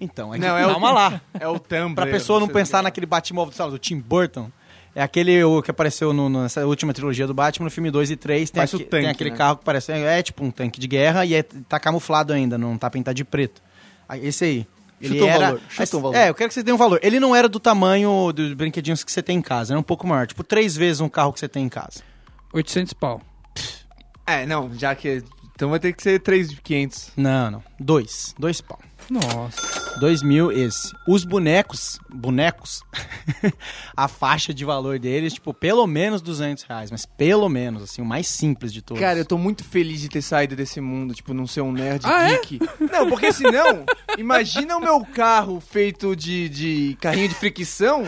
C: Então, é que,
G: Não, é o-
C: calma lá.
G: É o Tumblr.
C: Pra pessoa não
G: Você-
C: pensar naquele Batmóvel sabe, do Tim Burton. É aquele o que apareceu no- no- nessa última trilogia do Batman, no filme 2 e 3. Tem,
G: Parece o
C: aque-
G: tanque,
C: tem aquele
G: né?
C: carro que parece. É, tipo um tanque de guerra e é- tá camuflado ainda, não tá pintado de preto. Aí, Esse aí. Ele
E: Chuta um
C: era...
E: valor, chuta um valor.
C: É, eu quero que vocês deem um valor. Ele não era do tamanho dos brinquedinhos que você tem em casa, era um pouco maior. Tipo, três vezes um carro que você tem em casa.
A: 800 pau.
G: É, não, já que... Então vai ter que ser 3,500.
C: Não, não. Dois. Dois pau.
A: Nossa.
C: Dois mil esse. Os bonecos, bonecos, a faixa de valor deles, tipo, pelo menos 200 reais, mas pelo menos, assim, o mais simples de todos.
G: Cara, eu tô muito feliz de ter saído desse mundo, tipo, não ser um nerd
A: Ah, é?
G: geek. Não, porque senão, imagina o meu carro feito de, de carrinho de fricção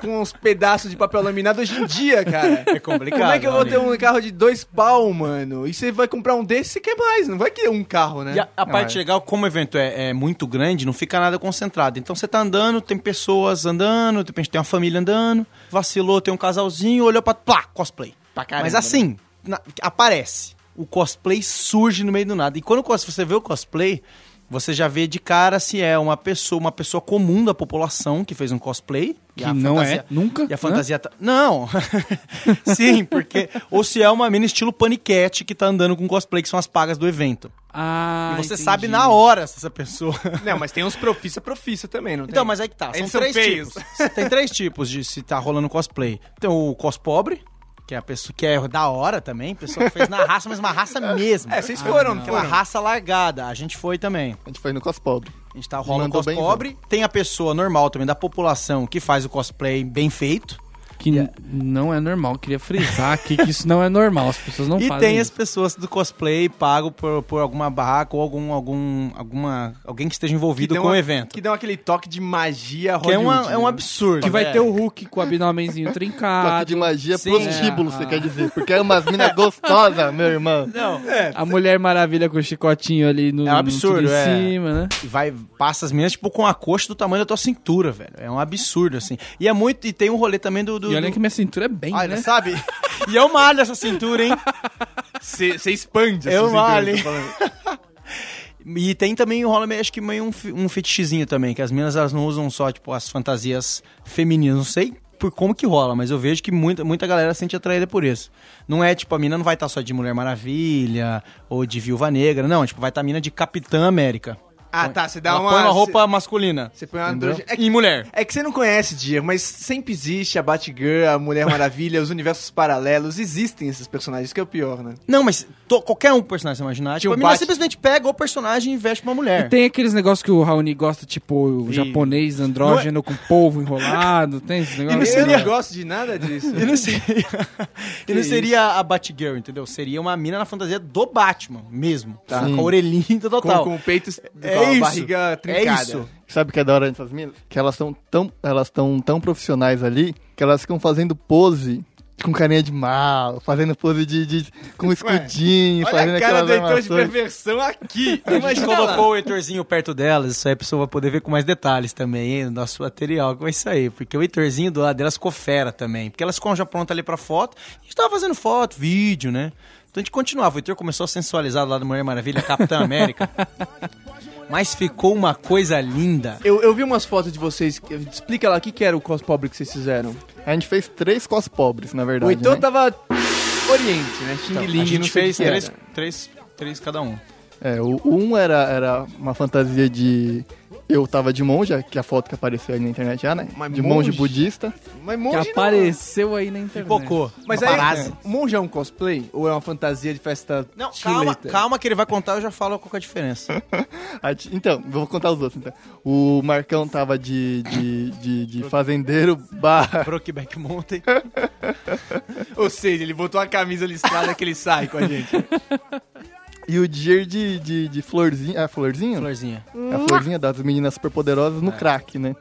G: com uns pedaços de papel laminado hoje em dia, cara.
C: é complicado.
G: Como é que eu vou
C: né?
G: ter um carro de dois pau, mano? E você vai comprar um desse, você quer mais, não vai querer um carro, né?
C: E a,
A: É,
C: a parte legal, como o evento é, é muito grande, não fica nada concentrado. Então você tá andando, tem pessoas andando, de repente tem uma família andando, vacilou, tem um casalzinho, olhou pra. Plá, cosplay. Mas assim, na- aparece. O cosplay surge no meio do nada. E quando cos- você vê o cosplay, você já vê de cara se é uma pessoa, uma pessoa comum da população que fez um cosplay. e a
A: Que não
C: fantasia-
A: é. Nunca.
C: e a fantasia tá... Não! Sim, porque. Ou se é uma mina estilo paniquete que tá andando com cosplay, que são as pagas do evento.
A: Né? Ah,
C: e você
A: entendi.
C: sabe na hora se essa pessoa.
G: Não, mas tem uns profissa profissa também, não tem?
C: Então, mas aí que tá. São
G: Eles são
C: três
G: feios.
C: tipos. Tem três tipos de se tá rolando cosplay. Tem o cospobre, que é a pessoa que é da hora também, pessoa que fez na raça, mas uma raça mesmo.
G: É, vocês foram, não
C: Aquela
G: foram?
C: raça largada. A gente foi também.
E: A gente foi no Cospobre.
C: A gente tá rolando
E: Mandou bem,
C: cospobre. Tem a pessoa normal também da população que faz o cosplay bem feito.
A: Que n- não é normal. Queria frisar aqui que isso não é normal. As pessoas não
C: e
A: fazem
C: tem as
A: isso.
C: pessoas do cosplay pago por, por alguma barraca ou algum, algum, alguma, alguém que esteja envolvido
G: dão
C: com
G: a-
C: o evento.
G: Que dão aquele toque de magia
C: Que é,
G: Hollywood,
C: uma, é um
G: né?
C: absurdo.
A: Que vai
C: É.
A: ter o Hulk com o abdômenzinho
E: Toque
G: Ah,
A: trincado.
E: de magia
C: sim.
E: prostíbulo, você quer dizer. Porque é umas minas gostosas, meu irmão.
C: Não,
A: A Mulher Maravilha com o chicotinho ali no,
C: É um
A: no
C: absurdo,
A: tudo em
C: é.
A: cima, né?
C: E vai, passa as minas, tipo, com a coxa do tamanho da tua cintura, velho. É um absurdo, assim. E é muito. E tem um rolê também do. do
A: E olha
C: do-
A: que minha cintura é bem,
C: Olha,
A: né?
C: sabe? E é eu malho essa cintura, hein?
G: Você você expande
C: Eu
G: essas empresas,
C: vale.
G: tô falando.
C: E tem também, rola meio, acho que meio um, fi- um fetichezinho também, que as minas elas não usam só, tipo, as fantasias femininas. Não sei por como que rola, mas eu vejo que muita, muita galera se sente atraída por isso. Não é, tipo, a mina não vai estar só de Mulher Maravilha ou de Viúva Negra, não. Tipo, vai estar a mina de Capitã América.
G: Ah, tá, você dá
C: Ela
G: uma...
C: põe uma
G: você-
C: roupa masculina.
G: Você põe uma...
C: entendeu?
G: androge- É que-
C: E mulher.
G: É que você não conhece, Diego, mas sempre existe a Batgirl, a Mulher Maravilha, os universos paralelos, existem esses personagens, que é o pior, né?
C: Não, mas to- qualquer um personagem você imaginar,
G: Tinha
C: tipo,
G: um
C: a menina
G: Batman.
C: simplesmente pega o personagem e veste pra uma mulher.
A: Tem aqueles negócios que o Raoni gosta, tipo, o japonês
C: é
A: andrógeno com polvo enrolado, tem esse negócio?
C: não
G: Eu
C: seria-
G: não gosto de nada disso.
C: E não seria, e não seria a Batgirl, entendeu? Seria uma mina na fantasia do Batman mesmo. Tá? Com a orelhinha e tal,
G: com,
C: tal.
G: com o peito,
C: É
G: com a
C: isso,
G: barriga trincada.
C: É isso.
E: Sabe o que é da hora dessas minas? Que elas são tão, elas tão, tão profissionais ali que elas ficam fazendo pose com carinha de mal, fazendo pose de. de- com escudinho, fazendo
G: Olha a cara
E: aquelas
G: do Heitor de
E: armações.
G: perversão aqui.
C: A gente
G: Imagina lá.
C: colocou o Heitorzinho perto delas, isso aí a pessoa vai poder ver com mais detalhes também, hein, no nosso material, que vai sair. Porque o Heitorzinho do lado delas ficou fera também. Porque elas ficam já prontas ali pra foto. A gente tava fazendo foto, vídeo, né? Então a gente continuava. O Heitor começou a sensualizar lá da Mulher Maravilha, Capitã América. Mas ficou uma coisa linda.
G: Eu, eu vi umas fotos de vocês. que- Explica lá o que, que era o cospobre que vocês fizeram.
E: A gente fez três cos pobres, na verdade.
G: o Heitor
E: né?
G: tava. Oriente, né? Xing Ling,
C: Então, a
G: não
C: gente
G: sei o
C: fez
G: que era.
C: três, três, três cada um.
E: É, o um era, era uma fantasia de. Eu tava de monja, que é a foto que apareceu aí na internet já, né?
G: Mas
E: de monge
G: monge?
E: budista.
G: Mas
A: Que
G: monge não.
A: apareceu aí na internet.
C: Pipocou.
G: Mas aí,
C: Paparazzi.
G: monge é um cosplay? Ou é uma fantasia de festa
C: Não, calma,
G: chuleta?
C: calma que ele vai contar, eu já falo qual que é a diferença.
E: A ti- Então, vou contar os outros. Então. O Marcão tava de, de, de, de fazendeiro barra.
C: Brokeback Mountain.
G: Ou seja, ele botou a camisa listrada que ele sai com a gente.
E: E o Dier de, de, de florzinha. Ah, florzinho?
C: Florzinha.
E: É A florzinha das meninas superpoderosas no crack, né?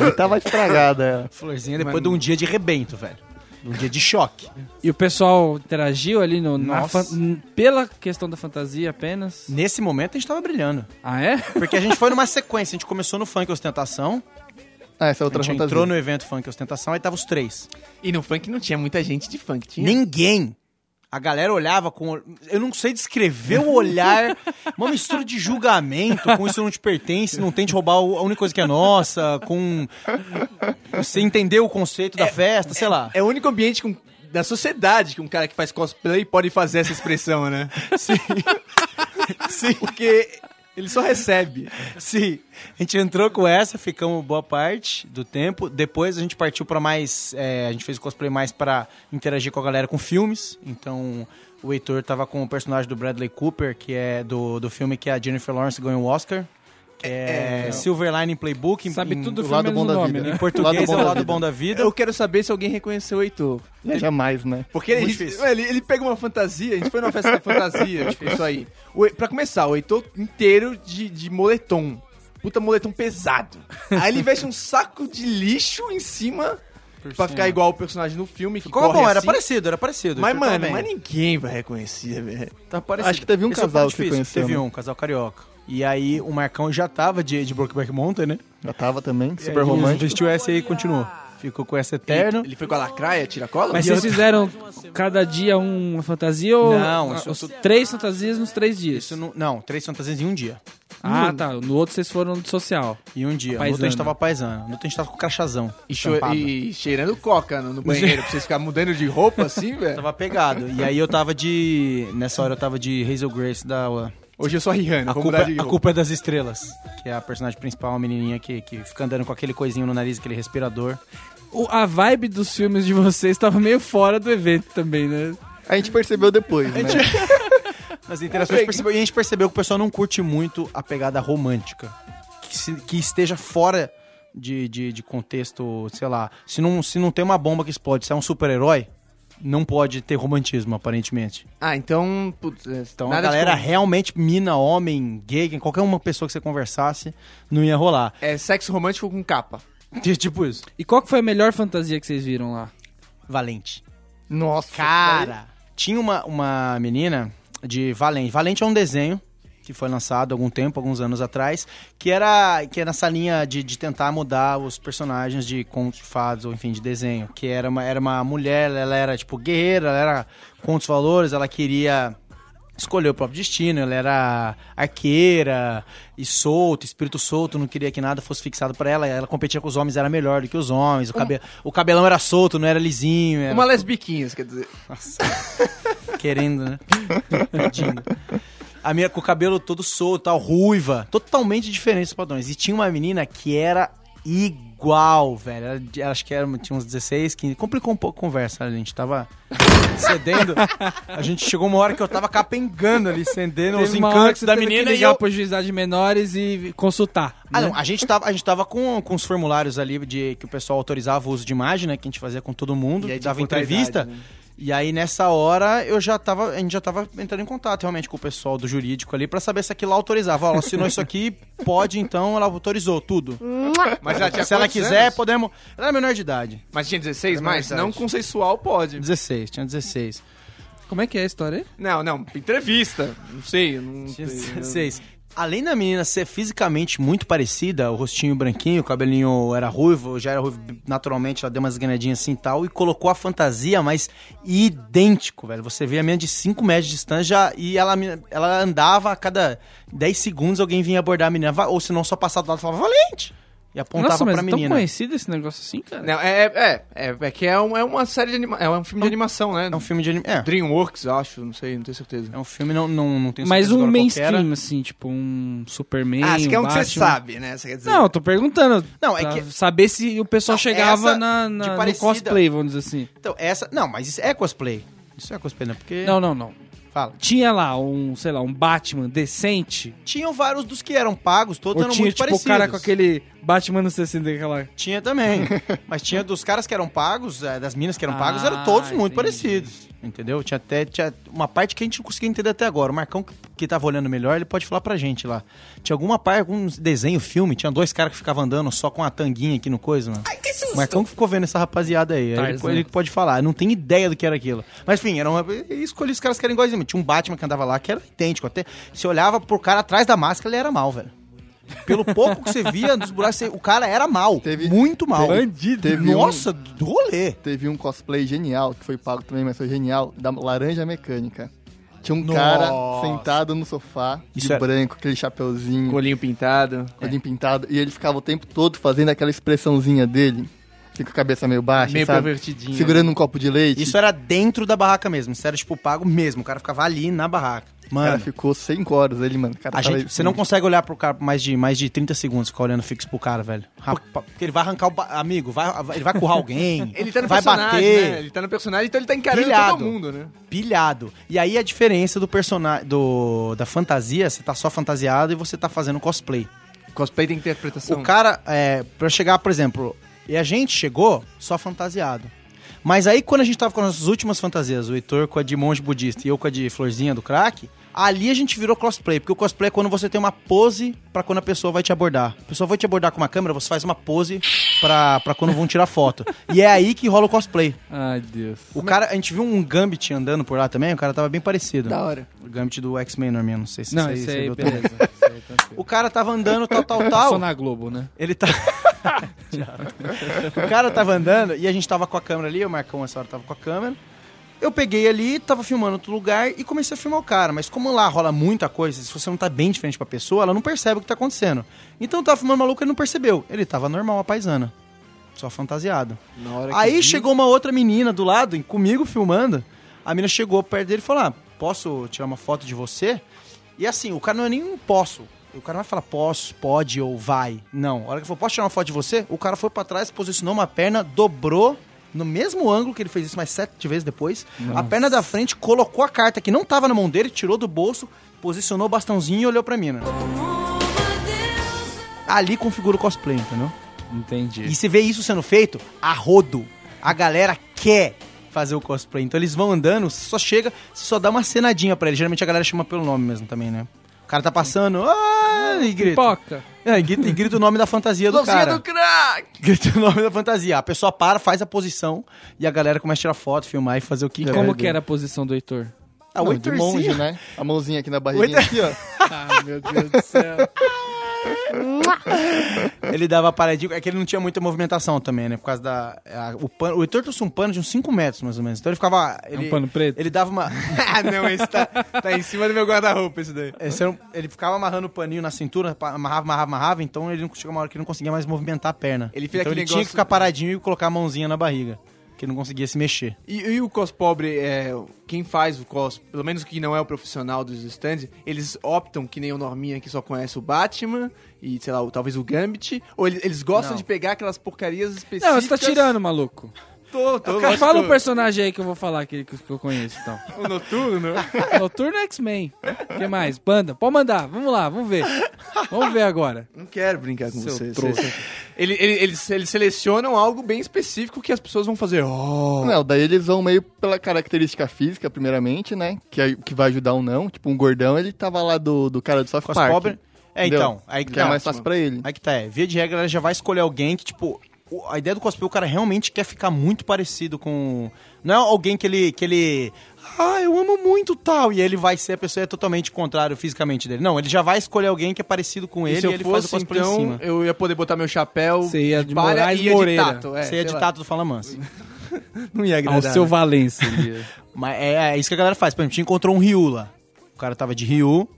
E: Ele tava estragada ela.
C: Florzinha depois de um dia de rebento, velho. Um dia de choque.
A: E o pessoal interagiu ali no, na
C: Nossa.
A: fan- n- pela questão da fantasia apenas.
C: Nesse momento a gente tava brilhando.
A: Ah, é?
C: Porque a gente foi numa sequência, a gente começou no funk ostentação,
E: Ah, essa é
C: a
E: outra
C: gente
E: fantasia.
C: entrou no evento funk ostentação, aí tava os três.
G: E no funk não tinha muita gente de funk, tinha?
C: Ninguém. A galera olhava com. Eu não sei descrever o olhar. Uma mistura de julgamento, com isso não te pertence, não tente roubar o- a única coisa que é nossa, com. Você entendeu o conceito da festa, sei lá.
G: É o único ambiente com- da sociedade que um cara que faz cosplay pode fazer essa expressão, né? Sim. Sim. Porque ele só recebe.
C: Sim, a gente entrou com essa, ficamos boa parte do tempo. Depois a gente partiu pra mais. é, a gente fez o cosplay mais pra interagir com a galera com filmes. Então o Heitor tava com o personagem do Bradley Cooper, que é do, do filme que a Jennifer Lawrence ganhou o Oscar. Que é, Silver Lining Playbook. em-
A: Sabe tudo
E: do
A: do
E: lado
A: filme
E: bom
A: menos o
E: da
A: nome,
E: vida.
A: né?
C: Em português
E: Lado bom
C: é o
E: da
C: lado
E: vida.
C: bom da vida.
G: Eu quero saber se alguém reconheceu o Heitor.
E: É, Jamais, né?
G: Porque ele,
C: Muito difícil.
G: ele, ele pega uma fantasia, a gente foi numa festa da fantasia, tipo, isso aí. O, He- pra começar, o Heitor inteiro de, de moletom. Puta moletom pesado. Aí ele veste um saco de lixo em cima pra ficar igual o personagem no filme. Que
C: Ficou
G: corre
C: bom, era
G: assim.
C: parecido, tá era parecido.
G: Mas,
C: Heitor tava
G: mano,
C: bem.
G: mas ninguém vai reconhecer, velho.
C: Tá parecido.
E: Acho que teve um
C: Esse é o
E: casal
C: ponto
E: que
C: difícil.
E: conheceu,
C: Teve
E: né?
C: um, casal carioca. E aí o Marcão já tava de, de Brokeback Mountain, né?
E: Já tava também,
C: E
E: super
C: aí
E: romântico.
C: Vestiu essa e continuou. Ficou com essa eterno.
G: Ele foi com a lacraia, tira cola?
A: Mas vocês fizeram cada dia um, uma fantasia ou
C: Não,
A: ah,
C: isso
A: os
C: tudo-
A: três fantasias nos três dias?
C: Isso não, não, três fantasias em um dia.
A: Ah, tá. No outro vocês foram de social.
C: Em um dia. No
A: Paisana.
C: outro a gente tava paisana. No outro a gente tava com crachazão.
G: E, cho- e cheirando coca no, no banheiro, pra vocês ficarem mudando de roupa assim, velho.
C: Tava pegado. E aí eu tava de. Nessa hora eu tava de Hazel Grace da. uh,
G: Hoje eu sou a Rihanna,
C: a,
G: vou
C: culpa,
G: mudar de
C: a
G: roupa.
C: culpa é das estrelas. Que é a personagem principal, a menininha que, que fica andando com aquele coisinho no nariz, aquele respirador.
A: O- a vibe dos filmes de vocês tava meio fora do evento também, né?
E: A gente percebeu depois, né?
C: Nas interações percebeu- é e a gente percebeu que o pessoal não curte muito a pegada romântica. Que, se- que esteja fora de, de, de contexto, sei lá. Se não, se não tem uma bomba que explode, se é um super-herói, não pode ter romantismo, aparentemente.
G: Ah, então. Putz, então
C: Então a galera realmente mina, homem, gay, qualquer uma pessoa que você conversasse, não ia rolar.
G: É sexo romântico com capa.
C: Tipo isso.
A: E qual que foi a melhor fantasia que vocês viram lá?
C: Valente.
E: Nossa.
C: Cara! Tinha uma, uma menina de Valente. Valente é um desenho que foi lançado há algum tempo, alguns anos atrás, que era que é nessa linha de, de tentar mudar os personagens de contos de fadas ou enfim de desenho, que era uma, era uma mulher, ela era tipo guerreira, ela era contra os valores, ela queria escolher o próprio destino, ela era arqueira e solta, espírito solto, não queria que nada fosse fixado pra ela, ela competia com os homens, era melhor do que os homens, o, cabe, o cabelão era solto, não era lisinho, era
G: Uma lesbiquinhas, quer dizer.
C: Querendo, né? Pedindo. A minha com o cabelo todo solto, tal, ruiva. Totalmente diferente dos padrões. E tinha uma menina que era igual, velho. Ela, ela acho que era, tinha uns 16, 15. Complicou um pouco a conversa, a gente tava cedendo. A gente chegou uma hora que eu tava capengando ali, cedendo os
A: Teve uma hora que
C: encantos
A: você
C: da
A: teve que
C: menina e
A: ligar
C: eu...
A: pro juizado de menores e consultar.
C: Ah,
A: né?
C: não, a gente tava, a gente tava com, com os formulários ali de que o pessoal autorizava o uso de imagem, né? Que a gente fazia com todo mundo,
G: E aí
C: que
G: tinha
C: dava
G: que botar a
C: entrevista.
G: idade, né?
C: E aí nessa hora eu já tava, a gente já tava entrando em contato realmente com o pessoal do jurídico ali pra saber se aquilo lá autorizava. Ó, ela assinou isso aqui, pode então, ela autorizou tudo.
G: Mas ela tinha
C: se ela
G: quantos
C: quiser,
G: anos?
C: podemos. Ela era menor de idade.
G: Mas tinha 16 mais?
C: verdade.
G: Não consensual pode.
C: 16, tinha 16.
A: Como é que é a história aí?
G: Não, não, entrevista. Não sei, não sei.
C: Tinha 16. Além da menina ser fisicamente muito parecida, o rostinho branquinho, o cabelinho era ruivo, já era ruivo naturalmente, ela deu umas ganhadinhas assim e tal, e colocou a fantasia, mas idêntico, velho. Você vê a menina de 5 metros de distância já, e ela, ela andava a cada 10 segundos alguém vinha abordar a menina, va- ou se não só passava do lado e falava, Valente! E apontava
A: Nossa, mas
C: pra
A: é tão
C: menina.
A: conhecido esse negócio assim, cara?
G: Não, é, é, é, é que é, um- é uma série de anima... É um filme de animação, né?
C: É um filme de anime. É,
G: Dreamworks, acho, não sei, não tenho certeza.
C: é um filme, não, não, não tenho
A: mas
C: certeza
A: um
C: agora qual que era.
A: mainstream, assim, tipo um Superman,
G: ah,
C: é
G: você quer um que
A: Batman.
G: você sabe, né? Você quer dizer.
A: Não, eu tô perguntando.
C: Não, é
A: pra
C: que-
A: Saber se o pessoal
C: Não,
A: chegava
C: essa
A: na,
C: de
A: na- no
C: parecida.
A: cosplay, vamos dizer assim.
C: Então, essa. Não, mas isso é cosplay. Isso é cosplay, né? Porque.
A: Não, não, não.
C: Fala.
A: Tinha lá um, sei lá, um Batman decente.
C: Tinham vários dos que eram pagos, todos
A: Ou
C: eram
A: tinha,
C: muito
A: tipo,
C: parecidos.
A: o cara com aquele Batman no 60, aquela...
C: Tinha também. Mas tinha dos caras que eram pagos, eh, das minas que eram pagos,
A: Ah,
C: eram todos muito
A: entendi.
C: parecidos. Entendeu? Tinha até tinha uma parte que a gente não conseguia entender até agora. O Marcão, que, que tava olhando melhor, ele pode falar pra gente lá. Tinha alguma parte, algum desenho, filme, tinha dois caras que ficavam andando só com a tanguinha aqui no coisa, mano. O Marcão que ficou vendo essa rapaziada aí. aí ele,
A: Tarzan.
C: ele que pode falar. Eu não tenho ideia do que era aquilo. Mas enfim, era uma, eu escolhi os caras que eram iguais. a mim. Tinha um Batman que andava lá que era idêntico. Até se olhava pro cara atrás da máscara, ele era mal, velho. Pelo pouco que você via dos buracos, você- o cara era mal.
E: Teve-
C: muito mal.
E: Bandido. Teve um-
C: Nossa, do rolê.
E: Teve um cosplay genial, que foi pago também, mas foi genial, da Laranja Mecânica. Tinha um
C: Nossa.
E: cara sentado no sofá,
C: Isso é-
E: de
C: era-
E: branco, aquele chapeuzinho,
G: Colinho pintado.
E: olhinho pintado, e ele ficava o tempo todo fazendo aquela expressãozinha dele, assim, com a cabeça meio baixa,
G: meio
E: sabe?
G: pervertidinho.
E: Segurando um copo de leite.
C: Isso é era dentro da barraca mesmo. Isso era tipo pago mesmo. O cara ficava ali na barraca.
E: O cara
C: Mano,
E: ficou 5 horas ali, mano. O cara
C: a
E: tava-
C: gente, você não consegue olhar pro cara por mais de, mais de 30 segundos, ficar olhando fixo pro cara, velho. Rapa- porque ele vai arrancar o. ba- Amigo, vai, vai- ele vai currar alguém.
G: Ele tá no
C: vai
G: personagem,
C: bater.
G: né? Ele tá no personagem, então ele tá encarando
C: Pilhado.
G: todo mundo, né?
C: pilhado. E aí a diferença do personagem do da fantasia, você tá só fantasiado e você tá fazendo cosplay.
G: Cosplay tem interpretação.
C: O cara é para chegar, por exemplo, e a gente chegou só fantasiado. Mas aí quando a gente tava com as nossas últimas fantasias, o Heitor com a de monge budista e eu com a de florzinha do crack, ali a gente virou cosplay, porque o cosplay é quando você tem uma pose pra quando a pessoa vai te abordar. A pessoa vai te abordar com uma câmera, você faz uma pose pra pra quando vão tirar foto. e é aí que rola o cosplay.
A: Ai, Deus.
C: O cara, a gente viu um Gambit andando por lá também, o cara tava bem parecido.
G: Da hora.
C: O Gambit do X-Men, Norminha, não sei se
A: Não,
C: você,
A: isso
C: você
A: aí,
C: viu também.
A: beleza. Isso aí, tranquilo.
C: O cara tava andando, tal, tal,
A: Só
C: tal.
A: na Globo, né?
C: Ele tá. Thiago. o cara tava andando e a gente tava com a câmera ali, o Marcão essa hora tava com a câmera. Eu peguei ali, tava filmando outro lugar e comecei a filmar o cara. Mas como lá rola muita coisa, se você não tá bem diferente pra pessoa, ela não percebe o que tá acontecendo. Então eu tava filmando o maluco, ele não percebeu. Ele tava normal, a paisana. Só fantasiado.
G: Na hora que
C: Aí
G: vi-
C: chegou uma outra menina do lado, comigo filmando. A menina chegou perto dele e falou: ah, posso tirar uma foto de você? E assim, o cara não é nem um posso. O cara não vai falar posso, pode ou vai. Não. A hora que eu falou, posso tirar uma foto de você? O cara foi pra trás, posicionou uma perna, dobrou no mesmo ângulo que ele fez isso mais sete vezes depois. A perna da frente colocou a carta que não tava na mão dele, tirou do bolso, posicionou o bastãozinho e olhou pra mina. Ali configura o cosplay, entendeu?
A: Entendi.
C: E se vê isso sendo feito a rodo. A galera quer fazer o cosplay. Então eles vão andando, você só chega, você só dá uma cenadinha pra ele. Geralmente a galera chama pelo nome mesmo também, né? O cara tá passando, ah, e grita.
A: Pipoca.
C: É, e grita, e grita o nome da fantasia do cara.
G: crack!
C: Grita o nome da fantasia. A pessoa para, faz a posição e a galera começa a tirar foto, filmar e fazer o que quer.
A: É, Como que era a posição do Heitor?
C: Ah, o
E: Não, de
C: Heitorzinho.
E: monge, né? A mãozinha aqui na barriguinha, aqui, ó.
A: Ah, meu Deus do céu.
C: Ele dava paradinha. É que ele não tinha muita movimentação também, né? Por causa da. a- o, pano, o Heitor trouxe um pano de uns 5 metros, mais ou menos. Então ele ficava. Ele,
A: um pano preto?
C: Ele dava uma.
G: ah, não, esse tá, tá em cima do meu guarda-roupa, esse daí.
C: Esse era um- ele ficava amarrando o paninho na cintura, pa- amarrava, amarrava, amarrava, então ele não chegou uma hora que ele não conseguia mais movimentar a perna.
G: Ele fez
C: então
G: aquele
C: ele tinha
G: negócio-
C: que ficar paradinho e colocar a mãozinha na barriga, que ele não conseguia se mexer.
G: E, e o cos pobre, é, quem faz o cos, pelo menos que não é o profissional dos stands, eles optam, que nem o Norminha que só conhece o Batman e, sei lá, o- talvez o Gambit, ou eles, eles gostam de pegar aquelas porcarias específicas.
A: Não, você tá tirando, maluco.
G: Tô, tô, lógico.
A: Fala um personagem aí que eu vou falar, aquele que que eu conheço, então.
G: O noturno.
A: Noturno é X-Men. O que mais? Banda. Pode mandar. Vamos lá, vamos ver. Vamos ver agora.
G: Não quero brincar com
A: Seu
G: você.
A: trouxa.
G: você- Ele- ele- eles, eles selecionam algo bem específico que as pessoas vão fazer. Oh.
E: Não, daí eles vão meio pela característica física, primeiramente, né? Que, é- que vai ajudar ou não. Tipo, um gordão, ele tava lá do, do cara do South
C: Com as
E: Park.
C: pobres. É,
E: entendeu?
C: então. Aí que,
E: Que é
C: tá.
E: mais fácil pra ele.
C: Aí que tá, é. Via de regra, ela já vai escolher alguém que, tipo. o- A ideia do cosplay, o cara realmente quer ficar muito parecido com. Não é alguém que ele. que ele. Ah, eu amo muito tal. E ele vai ser a pessoa é totalmente contrário fisicamente dele. Não, ele já vai escolher alguém que é parecido com ele
G: se
C: e
G: eu
C: ele faz o
G: fosse,
C: cosplay em
G: então,
C: cima.
G: eu ia poder botar meu chapéu
A: Você ia de
G: palha
A: Moraes
G: e ia
A: Moreira.
G: de tato. É,
C: Você é
G: sei
C: de
G: lá.
C: tato do Fala Manso.
G: Não ia
A: Ao
G: agradar.
A: seu
G: né?
A: Valência.
C: Mas é, é isso que a galera faz. Por exemplo, a gente encontrou um Ryu lá. O cara tava de Ryu,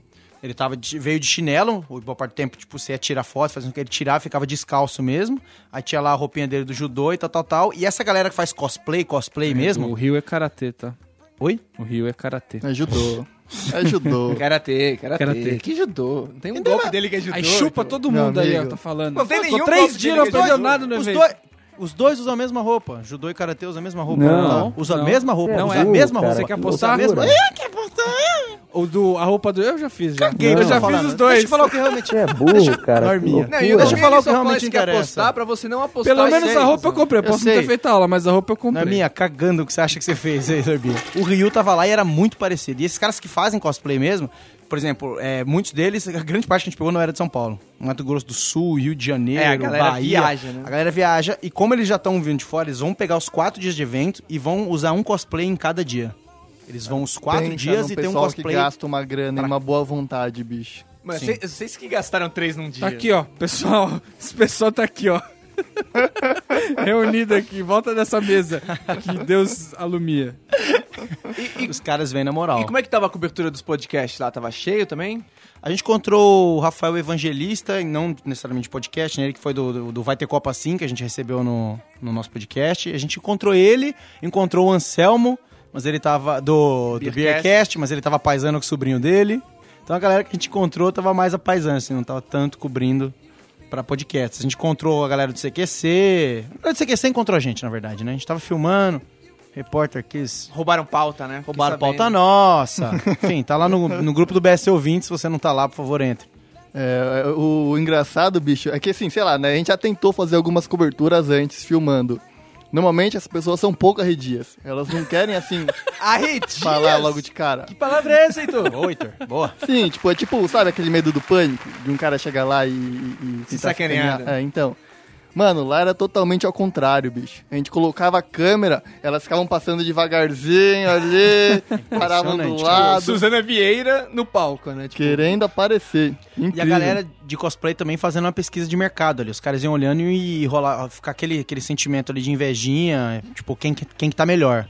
C: ele tava de- veio de chinelo, ou boa parte do tempo, tipo, você ia tirar foto, fazendo o que ele tirar, ficava descalço mesmo. Aí tinha lá a roupinha dele do judô e tal, tal, tal. E essa galera que faz cosplay, cosplay
A: O
C: mesmo.
A: Rio é karatê, tá?
C: Oi?
A: O Rio é karatê.
E: Ajudou. Ajudou.
G: Karatê, karatê,
A: Karatê.
G: Que judô. Não Tem um
C: Então,
G: golpe dele que é judô.
A: Aí chupa todo
E: Meu
A: mundo aí, ó,
E: amigo.
A: tá falando.
G: Não tem
A: Pô,
G: nenhum golpe
A: três
G: de
A: dias, não
G: liga de
A: aprendeu
G: judô.
A: nada no
C: Os
A: evento.
C: dois, os dois usam a mesma roupa. Judô e karatê usam a mesma roupa. né?
A: Não,
C: Usa
A: não.
C: a mesma roupa.
A: Não
C: usa
A: é.
C: a mesma
A: Cara,
C: roupa.
A: você quer apostar?
C: Usa a mesma.
A: Loucura.
C: Ih, quer apostar?
A: O do, a roupa do... Eu já fiz, já.
C: Caguei,
A: eu
C: deixa
A: já
C: falar
A: fiz
C: nada.
A: os dois.
C: Deixa eu falar o que realmente...
L: É burro, cara.
G: Não, e o
C: Deixa eu falar o que
G: só
C: realmente
G: faz que é
C: interessa.
G: apostar pra você não apostar.
A: Pelo
G: às
A: menos a
G: seis,
A: roupa eu
G: né?
A: comprei. Eu
C: Eu
A: posso não ter
C: sei.
A: feito aula, mas a roupa eu comprei.
C: Na minha, cagando o que você acha que você fez aí, Zorbinha. O Ryu tava lá e era muito parecido. E esses caras que fazem cosplay mesmo, por exemplo, é, muitos deles, a grande parte que a gente pegou não era de São Paulo. Mato Grosso do Sul, Rio de Janeiro,
G: É, a galera
C: Bahia.
G: viaja, né?
C: A galera viaja. E como eles já estão vindo de fora, eles vão pegar os quatro dias de evento e vão usar um cosplay em cada dia. Eles vão os quatro
E: Pensa
C: dias
E: num
C: e tem um
E: pessoal que
C: cosplay.
E: gasta uma grana e uma boa vontade, bicho.
G: Mas vocês- vocês que gastaram três num dia.
A: Tá aqui, ó. Pessoal, esse pessoal tá aqui, ó. Reunido aqui, em volta dessa mesa. Que Deus alumia.
C: Os caras vêm na moral.
G: E como é que tava a cobertura dos podcasts lá? Tava cheio também?
C: A gente encontrou o Rafael Evangelista, e não necessariamente podcast, né? Ele que foi do, do, do Vai Ter Copa Sim, que a gente recebeu no, no nosso podcast. A gente encontrou ele, encontrou o Anselmo, mas ele tava. Do, do
G: Beercast.
C: Beercast, mas ele tava paisando com o sobrinho dele. Então a galera que a gente encontrou tava mais apaisando, assim, não tava tanto cobrindo pra podcast. A gente encontrou a galera do CQC. A galera do CQC encontrou a gente, na verdade, né? A gente tava filmando, repórter quis
G: Roubaram pauta, né? Fiquei
C: Roubaram
G: sabendo.
C: pauta nossa. Enfim, tá lá no, no grupo do BS Ouvinte. Se você não tá lá, por favor, entre.
E: É, o, o engraçado, bicho, é que assim, sei lá, né? A gente já tentou fazer algumas coberturas antes, filmando. Normalmente as pessoas são pouco arredias. Elas não querem, assim,
G: Arretias!
E: falar logo de cara.
G: Ah, Que palavra é essa, Heitor?
C: Ô, Heitor, boa.
E: Sim, tipo, é tipo, sabe aquele medo do pânico? De um cara chegar lá e. e, e
G: Se
E: tentar
G: sacanear.
E: sacanear?
C: né?
E: É, então. Mano, lá era totalmente ao contrário, bicho. A gente colocava a câmera, elas ficavam passando devagarzinho ali, paravam do
C: Impressionante,
E: lado,
G: Suzana Vieira no palco, né? Tipo,
E: querendo aparecer. Incrível.
C: E a galera de cosplay também fazendo uma pesquisa de mercado ali. Os caras iam olhando e rolar, ficar aquele, aquele sentimento ali de invejinha. Tipo, quem, que- quem que tá melhor.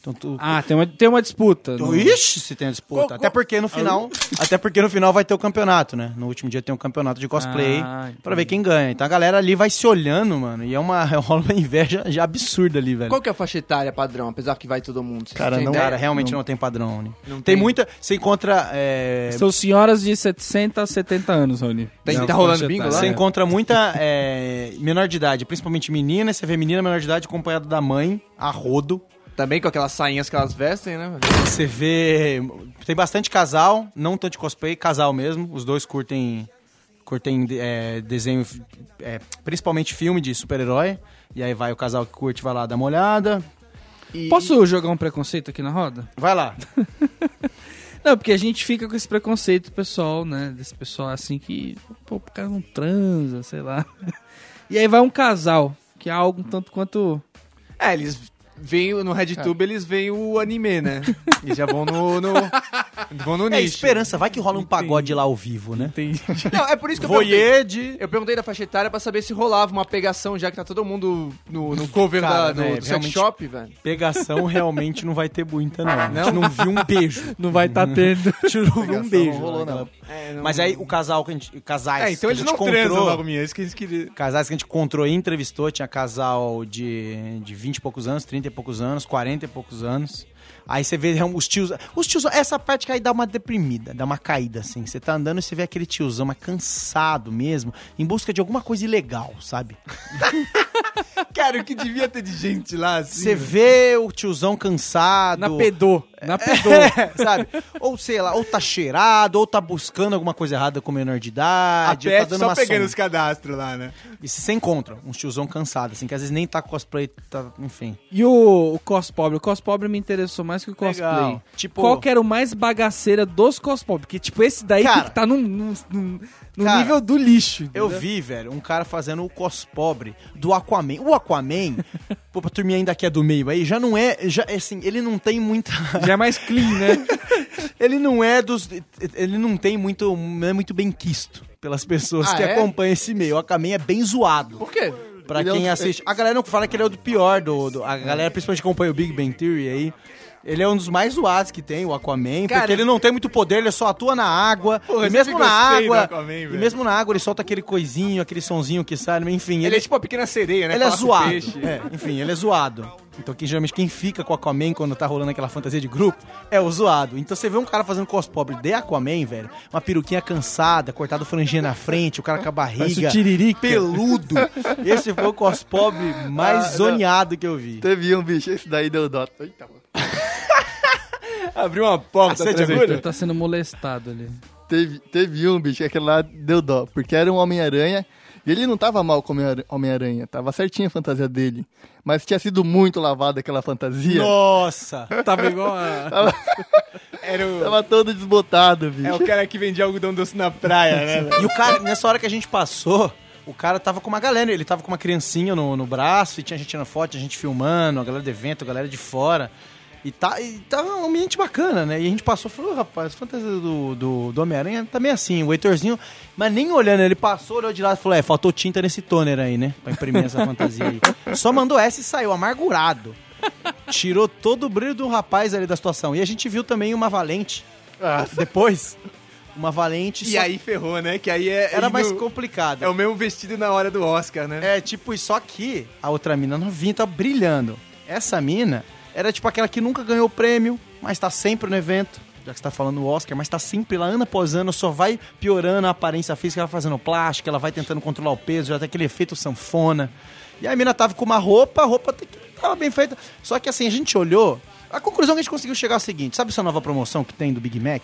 C: Então tu...
A: Ah, tem uma, tem uma disputa.
C: tu-
A: no-
C: Ixi, se tem a disputa. Até porque no final, até porque no final vai ter o campeonato, né? No último dia tem um campeonato de cosplay
A: Ah,
C: pra ver quem ganha. Então a galera ali vai se olhando, mano, e é uma rola uma inveja já absurda ali, velho.
G: qual que é a faixa etária padrão? Apesar que vai todo mundo. Vocês
E: Cara,
G: têm
E: não-
G: ideia?
C: Cara, realmente não, tem padrão, né?
G: Não
C: tem,
G: tem.
C: muita. Você encontra. é,
A: São senhoras de 70 a 70 anos, Rony.
G: Tem-
A: Não,
G: tá rolando
A: faixa
G: bingo
A: etária.
G: lá?
C: Você
G: é.
C: encontra muita é, menor de idade, principalmente menina. Você vê menina menor de idade acompanhada da mãe, a rodo.
G: Também com aquelas sainhas que elas vestem, né?
C: Você vê. Tem bastante casal, não tanto de cosplay, casal mesmo. Os dois curtem. Curtem é, desenho, é, principalmente filme de super-herói. E aí vai o casal que curte, vai lá dar uma olhada.
G: E-
A: Posso jogar um preconceito aqui na roda?
C: Vai lá.
A: Não, porque a gente fica com esse preconceito pessoal, né? Desse pessoal assim que, pô, o cara não transa, sei lá. E aí vai um casal, que é algo um tanto quanto.
G: É, eles veem no RedTube, eles veem o anime, né? E já vão no. no vão no
C: É
G: nicho.
C: esperança, vai que rola um pagode lá ao vivo, né?
G: Não, é por isso que eu perguntei.
C: Voyeur de.
G: Eu perguntei da faixa etária pra saber se rolava uma pegação, já que tá todo mundo no, no cover
C: Cara,
G: da, no,
C: né,
G: do sex
C: realmente-
G: shop, velho.
C: Pegação realmente não vai ter muita, não. A gente não viu um beijo.
A: Não vai estar tendo.
C: A gente não viu um beijo.
E: não rolou, não.
G: É, não-
C: Mas aí o casal que a gente. Casais.
G: É, então
C: que
G: eles
C: a gente
G: não transam
C: encontrou-
G: logo minha, é isso que eles queriam.
C: Casais que a gente encontrou e entrevistou, tinha casal de, de 20 e poucos anos, 30 e poucos anos, 40 e poucos anos. Aí você vê realmente os tios. Os tios. Essa parte que aí dá uma deprimida, dá uma caída, assim. Você tá andando e você vê aquele tiozão, mas cansado mesmo, em busca de alguma coisa ilegal, sabe?
G: Cara, o que devia ter de gente lá, assim.
C: Você vê o tiozão cansado. é
A: Na pedô. É. Na pedoa.
C: sabe? Ou sei lá, ou tá cheirado, ou tá buscando alguma coisa errada com menor de idade, ou tá dando
G: só
C: uma
G: pegando
C: sombra.
G: os cadastros lá, né?
C: E se você encontra um tiozão cansado, assim, que às vezes nem tá cosplay, tá, enfim.
A: E o, o cos pobre? O cos pobre me interessou mais que o cosplay.
C: Legal. Tipo-
A: Qual que é era o mais bagaceira dos cos pobre? Porque, tipo, esse daí
C: Cara.
A: tem que tá num, num- num- num
C: Cara.
A: nível do lixo.
C: Eu
A: entendeu?
C: vi, velho, um cara fazendo o cos pobre do Aquaman. O Aquaman, pô, pra turminha ainda que é do meio aí, já não é, já, assim, ele não tem muita...
A: Já é mais clean, né?
C: ele não é dos... Ele não tem muito, não é muito bem quisto pelas pessoas
G: Ah,
C: que
G: é?
C: acompanham esse meio. O Aquaman é bem zoado.
G: Por quê?
C: Pra
E: Ele é
C: quem
E: um-
C: assiste. A galera não fala que ele é o do pior do. do- a galera, principalmente que acompanha o Big Bang Theory aí. Ele é um dos mais zoados que tem, o Aquaman, porque ele não tem muito poder, ele só atua na água.
G: Porra,
C: e
G: eu
C: mesmo
G: sempre
C: na
G: gostei do
C: água.
G: Aquaman,
C: e
G: velho.
C: mesmo na água ele solta aquele coisinho, aquele sonzinho que sai, enfim.
G: Ele é tipo a pequena sereia, né?
C: ele é
G: Fala com o
C: zoado.
G: peixe.
C: É, enfim, ele é zoado. Então, quem, geralmente quem fica com o Aquaman quando tá rolando aquela fantasia de grupo é o zoado. Então você vê um cara fazendo cos pobre de Aquaman, velho, uma peruquinha cansada, cortado franjinha na frente, o cara com a barriga, peludo. Esse foi o cos pobre mais
E: Ah, não.
C: zoneado que eu vi.
E: Teve um bicho, esse daí deu dó. Eita, mano.
G: Abriu uma porta,
C: Cacete,
G: atrás da
A: Ele
G: orelha.
A: tá sendo molestado ali.
E: Teve, teve um bicho, aquele lá deu dó, porque era um Homem-Aranha. E ele não tava mal como Homem-Ara- Homem-Aranha, tava certinha a fantasia dele. Mas tinha sido muito lavada aquela fantasia.
C: Nossa!
A: Tava igual a...
G: Era o,
E: Tava todo desbotado, bicho.
G: é o cara que vendia algodão doce na praia, né? velho?
C: E o cara, nessa hora que a gente passou, o cara tava com uma galera, ele tava com uma criancinha no, no braço, e tinha gente tirando foto, tinha gente filmando, a galera do evento, a galera de fora. E, tá, e tava um ambiente bacana, né? E a gente passou e falou, "Ô, rapaz, a fantasia do, do, do Homem-Aranha tá meio assim, o Heitorzinho, mas nem olhando, ele passou, olhou de lado e falou, é, faltou tinta nesse toner aí, né? Pra imprimir essa fantasia aí. Só mandou essa e saiu, amargurado. Tirou todo o brilho do rapaz ali da situação. E a gente viu também uma valente. Depois, uma valente.
G: Ah. E
C: só
G: aí ferrou, né? Que aí é.
C: era
G: e
C: mais
G: no-
C: complicado.
G: É o mesmo vestido na hora do Oscar, né?
C: É, tipo, e só que a outra mina novinha tá brilhando. Essa mina era tipo aquela que nunca ganhou prêmio, mas tá sempre no evento. Já que você tá falando o Oscar, mas tá sempre lá ano após ano, só vai piorando a aparência física, ela vai fazendo plástica, ela vai tentando controlar o peso, já tem aquele efeito sanfona. E aí a mina tava com uma roupa, a roupa até que tava bem feita. Só que assim, a gente olhou. A conclusão que a gente conseguiu chegar é a seguinte: sabe essa nova promoção que tem do Big Mac?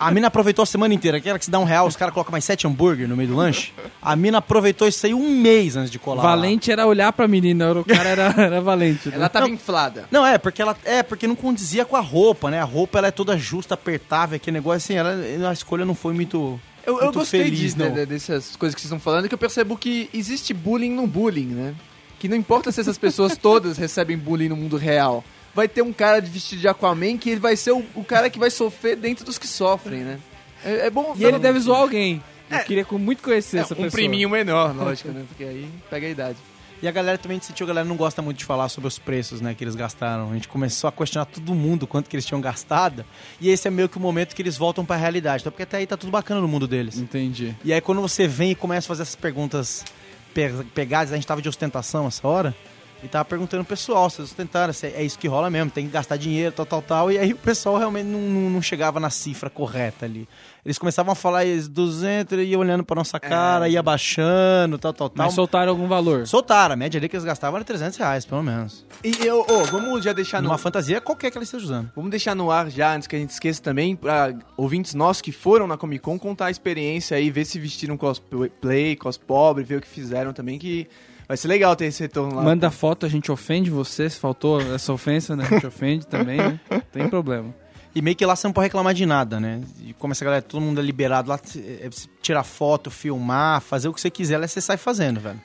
C: A mina aproveitou a semana inteira. Aquela que se dá um real, os caras colocam mais sete hambúrguer no meio do lanche. A mina aproveitou isso aí um mês antes de colar. lá.
A: Valente era olhar pra menina, era- o cara era, era valente. né?
G: Ela tá tava inflada.
C: Não, é, porque ela é porque não condizia com a roupa, né? A roupa ela é toda justa, apertável, aquele negócio assim, ela, a escolha não foi muito.
G: Eu, eu
C: muito
G: gostei
C: feliz,
G: disso,
C: não.
G: né, de- dessas coisas que vocês estão falando, que eu percebo que existe bullying no bullying, né? Que não importa se essas pessoas todas recebem bullying no mundo real. Vai ter um cara de vestido de Aquaman que ele vai ser o, o cara que vai sofrer dentro dos que sofrem, né? É, é bom.
A: E ele deve zoar alguém. Eu queria com- muito conhecer
G: É,
A: essa pessoa.
G: um priminho menor, lógico, né? Porque aí pega a idade.
C: E a galera também sentiu, a galera não gosta muito de falar sobre os preços, né, que eles gastaram. A gente começou a questionar todo mundo quanto que eles tinham gastado, e esse é meio que o momento que eles voltam pra realidade, tá? Porque até aí tá tudo bacana no mundo deles.
A: Entendi.
C: E aí quando você vem e começa a fazer essas perguntas pe- pegadas, a gente tava de ostentação essa hora, e tava perguntando pro pessoal, vocês ostentaram, se é isso que rola mesmo, tem que gastar dinheiro, tal, tal, tal. E aí o pessoal realmente não, não- não chegava na cifra correta ali. Eles começavam a falar eles 200 e olhando pra nossa cara, ia baixando, tal, tal, tal.
A: É, Mas soltaram algum valor.
C: Soltaram, a média ali que eles gastavam era 300 reais, pelo menos.
G: E eu, ô, vamos já deixar no
C: Numa fantasia qualquer que ela esteja usando.
G: Vamos deixar no ar já, antes que a gente esqueça também, pra ouvintes nossos que foram na Comic Con contar a experiência aí, ver se vestiram cosplay, cospobre, ver o que fizeram também, que vai ser legal ter esse retorno lá.
A: Manda foto, a gente ofende você. Se faltou essa ofensa, né? A gente ofende também, né? Tem problema.
C: E meio que lá você não pode reclamar de nada, né? E como essa galera, todo mundo é liberado lá, é, é, você tirar foto, filmar, fazer o que você quiser, lá você sai fazendo, velho.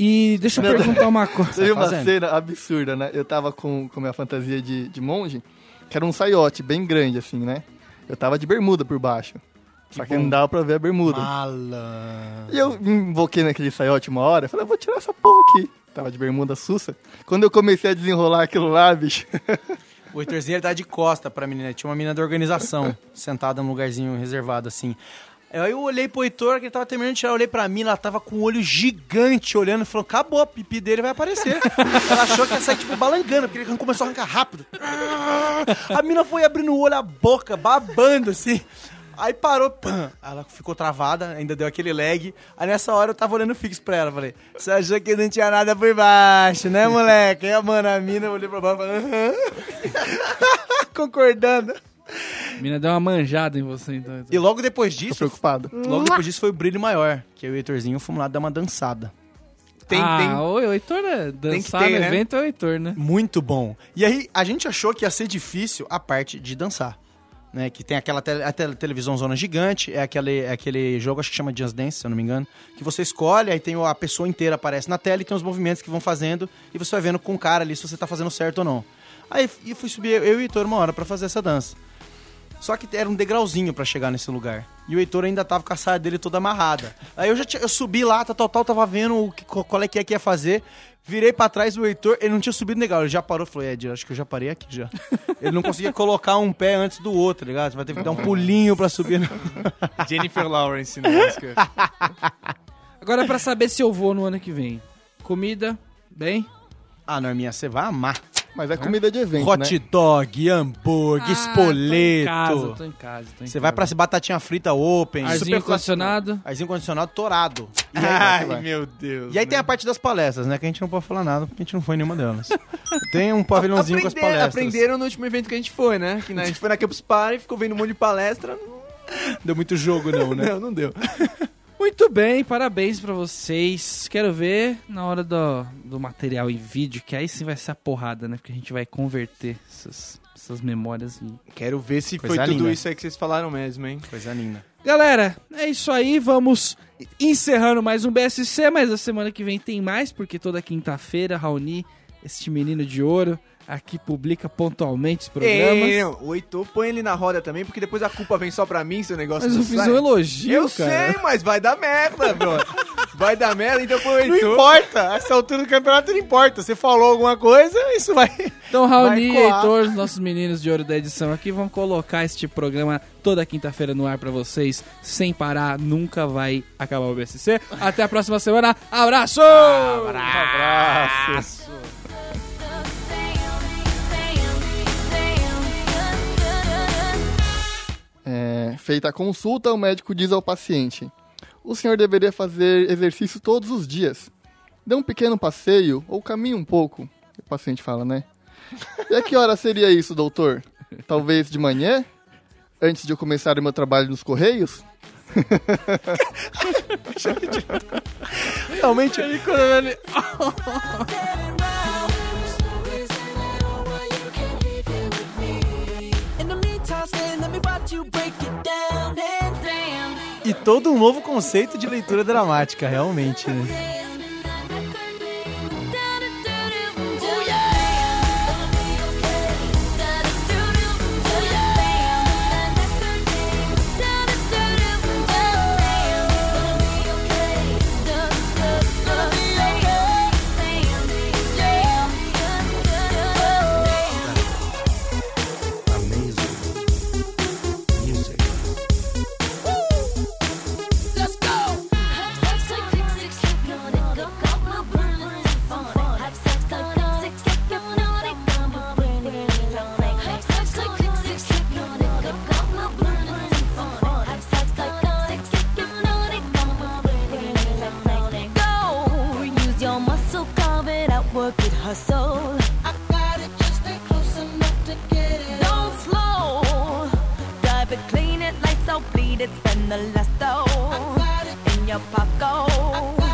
A: E deixa eu perguntar uma coisa.
E: Teve uma
C: fazendo?
E: cena absurda, né? Eu tava com, com minha fantasia de, de monge, que era um saiote bem grande, assim, né? Eu tava de bermuda por baixo. só que não dava pra ver a bermuda.
C: Ah. Mala.
E: E eu me invoquei naquele saiote uma hora, falei, eu vou tirar essa porra aqui. Tava de bermuda sussa. Quando eu comecei a desenrolar aquilo lá, bicho,
C: O Heitorzinho ele tá de costa pra menina. Tinha uma menina da organização sentada num lugarzinho reservado, assim. Aí eu olhei pro Heitor, que ele tava terminando de tirar, eu olhei pra mim, ela tava com um olho gigante olhando e falou: acabou, a pipi dele vai aparecer. ela achou que ia sair, tipo, balangando, porque ele começou a arrancar rápido. A mina foi abrindo o olho, a boca, babando, assim. Aí parou, pam, ela ficou travada, ainda deu aquele lag. Aí nessa hora eu tava olhando fixo pra ela, falei, você achou que não tinha nada por baixo, né, moleque? Aí a mano, a mina, eu olhei pra baixo e falei, aham. Concordando.
A: A Mina deu uma manjada em você, então.
C: E logo depois
E: Tô
C: disso,
E: preocupado.
C: logo depois disso foi o brilho maior, que eu e o Heitorzinho fomos lá dar uma dançada.
G: Tem,
A: ah,
G: tem.
A: O, o Heitor, né? Dançar
G: ter,
A: no
G: né?
A: evento é o Heitor, né?
C: Muito bom. E aí, a gente achou que ia ser difícil a parte de dançar. Né, que tem aquela tele- a tele- televisão zona gigante, é aquele, é aquele jogo, acho que chama Just Dance, se eu não me engano, que você escolhe, aí tem o- a pessoa inteira aparece na tela e tem os movimentos que vão fazendo, e você vai vendo com o cara ali se você tá fazendo certo ou não. Aí f- e fui subir eu e o Heitor uma hora pra fazer essa dança. Só que era um degrauzinho pra chegar nesse lugar. E o Heitor ainda tava com a saia dele toda amarrada. Aí eu já tinha- eu subi lá, tá total, tava vendo o que, qual é que é que ia fazer. Virei pra trás do Heitor, ele não tinha subido legal, ele já parou, falou, é, Edir, acho que eu já parei aqui já. Ele não conseguia colocar um pé antes do outro, tá ligado? Você vai ter que
A: Uhum.
C: dar um pulinho pra subir.
G: Jennifer Lawrence
A: né?
G: no Oscar.
A: Agora, pra saber se eu vou no ano que vem. Comida, bem?
C: Ah, Norminha, você vai amar.
E: Mas é comida de evento, né?
C: Hot dog, hambúrguer,
A: Tô em Ah, casa,
C: espoleto.
A: tô em casa. Tô em
C: Você vai pra
A: casa.
C: essa batatinha frita open.
A: Arzinho condicionado.
C: Arzinho condicionado torado. E aí, é
G: Ai, meu Deus.
C: E aí tem a parte das palestras, né? Que a gente não pode falar nada, porque a gente não foi em nenhuma delas. tem um pavilhãozinho com as
G: Aprender-
C: palestras.
G: Aprenderam no último evento que a gente foi, né? Que né, a gente foi na Campus Party, ficou vendo um monte de palestra.
C: Deu muito jogo, não, né?
G: Não, não deu.
A: Muito bem, parabéns pra vocês. Quero ver na hora do, do material em vídeo, que aí sim vai ser a porrada, né? Porque a gente vai converter essas, essas memórias em
G: Quero ver se
C: Coisa
G: foi tudo
C: linda.
G: isso aí que vocês falaram mesmo, hein?
C: Coisa linda.
A: Galera, é isso aí. Vamos encerrando mais um BSC, mas a semana que vem tem mais, porque toda quinta-feira, Raoni, este menino de ouro, aqui publica pontualmente os programas.
G: Ei, não, o Heitor põe ele na roda também, porque depois a culpa vem só pra mim se o negócio
A: mas eu
G: não
A: fiz
G: sai.
A: um elogio,
G: Eu
A: cara.
G: sei, mas vai dar merda, bro. Vai dar merda, então põe o
C: Não
G: Heitor.
C: importa, essa altura do campeonato não importa. Você falou alguma coisa, isso vai.
A: Então, Raoni e
C: Vai coar.
A: Heitor, os nossos meninos de ouro da edição aqui, vão colocar este programa toda quinta-feira no ar pra vocês, sem parar. Nunca vai acabar o BSC. Até a próxima semana. Abraço!
E: É, feita a consulta, o médico diz ao paciente: O senhor deveria fazer exercício todos os dias. Dê um pequeno passeio ou caminhe um pouco. O paciente fala, né? E a que hora seria isso, doutor? Talvez de manhã? Antes de eu começar o meu trabalho nos correios?
C: Realmente. E todo um novo conceito de leitura dramática, realmente, né?
F: Oh, Let's go. Have sex like six, six, keep on it. Go, go, go, burn it, sip on it. Have sex like six, six, keep on it. Go, go, burn it, sip on it. Have sex like six, six, keep on it. Go, go, go, burn it, sip on it. Have sex like six, six, keep on it. Go, go, burn it, sip on it. Go. Use your muscle, carve it out, work it, hustle. I got it, just stay close enough to get it. Don't slow. Drive it, clean it, lights out, bleed it, spend the last though. In your pocket.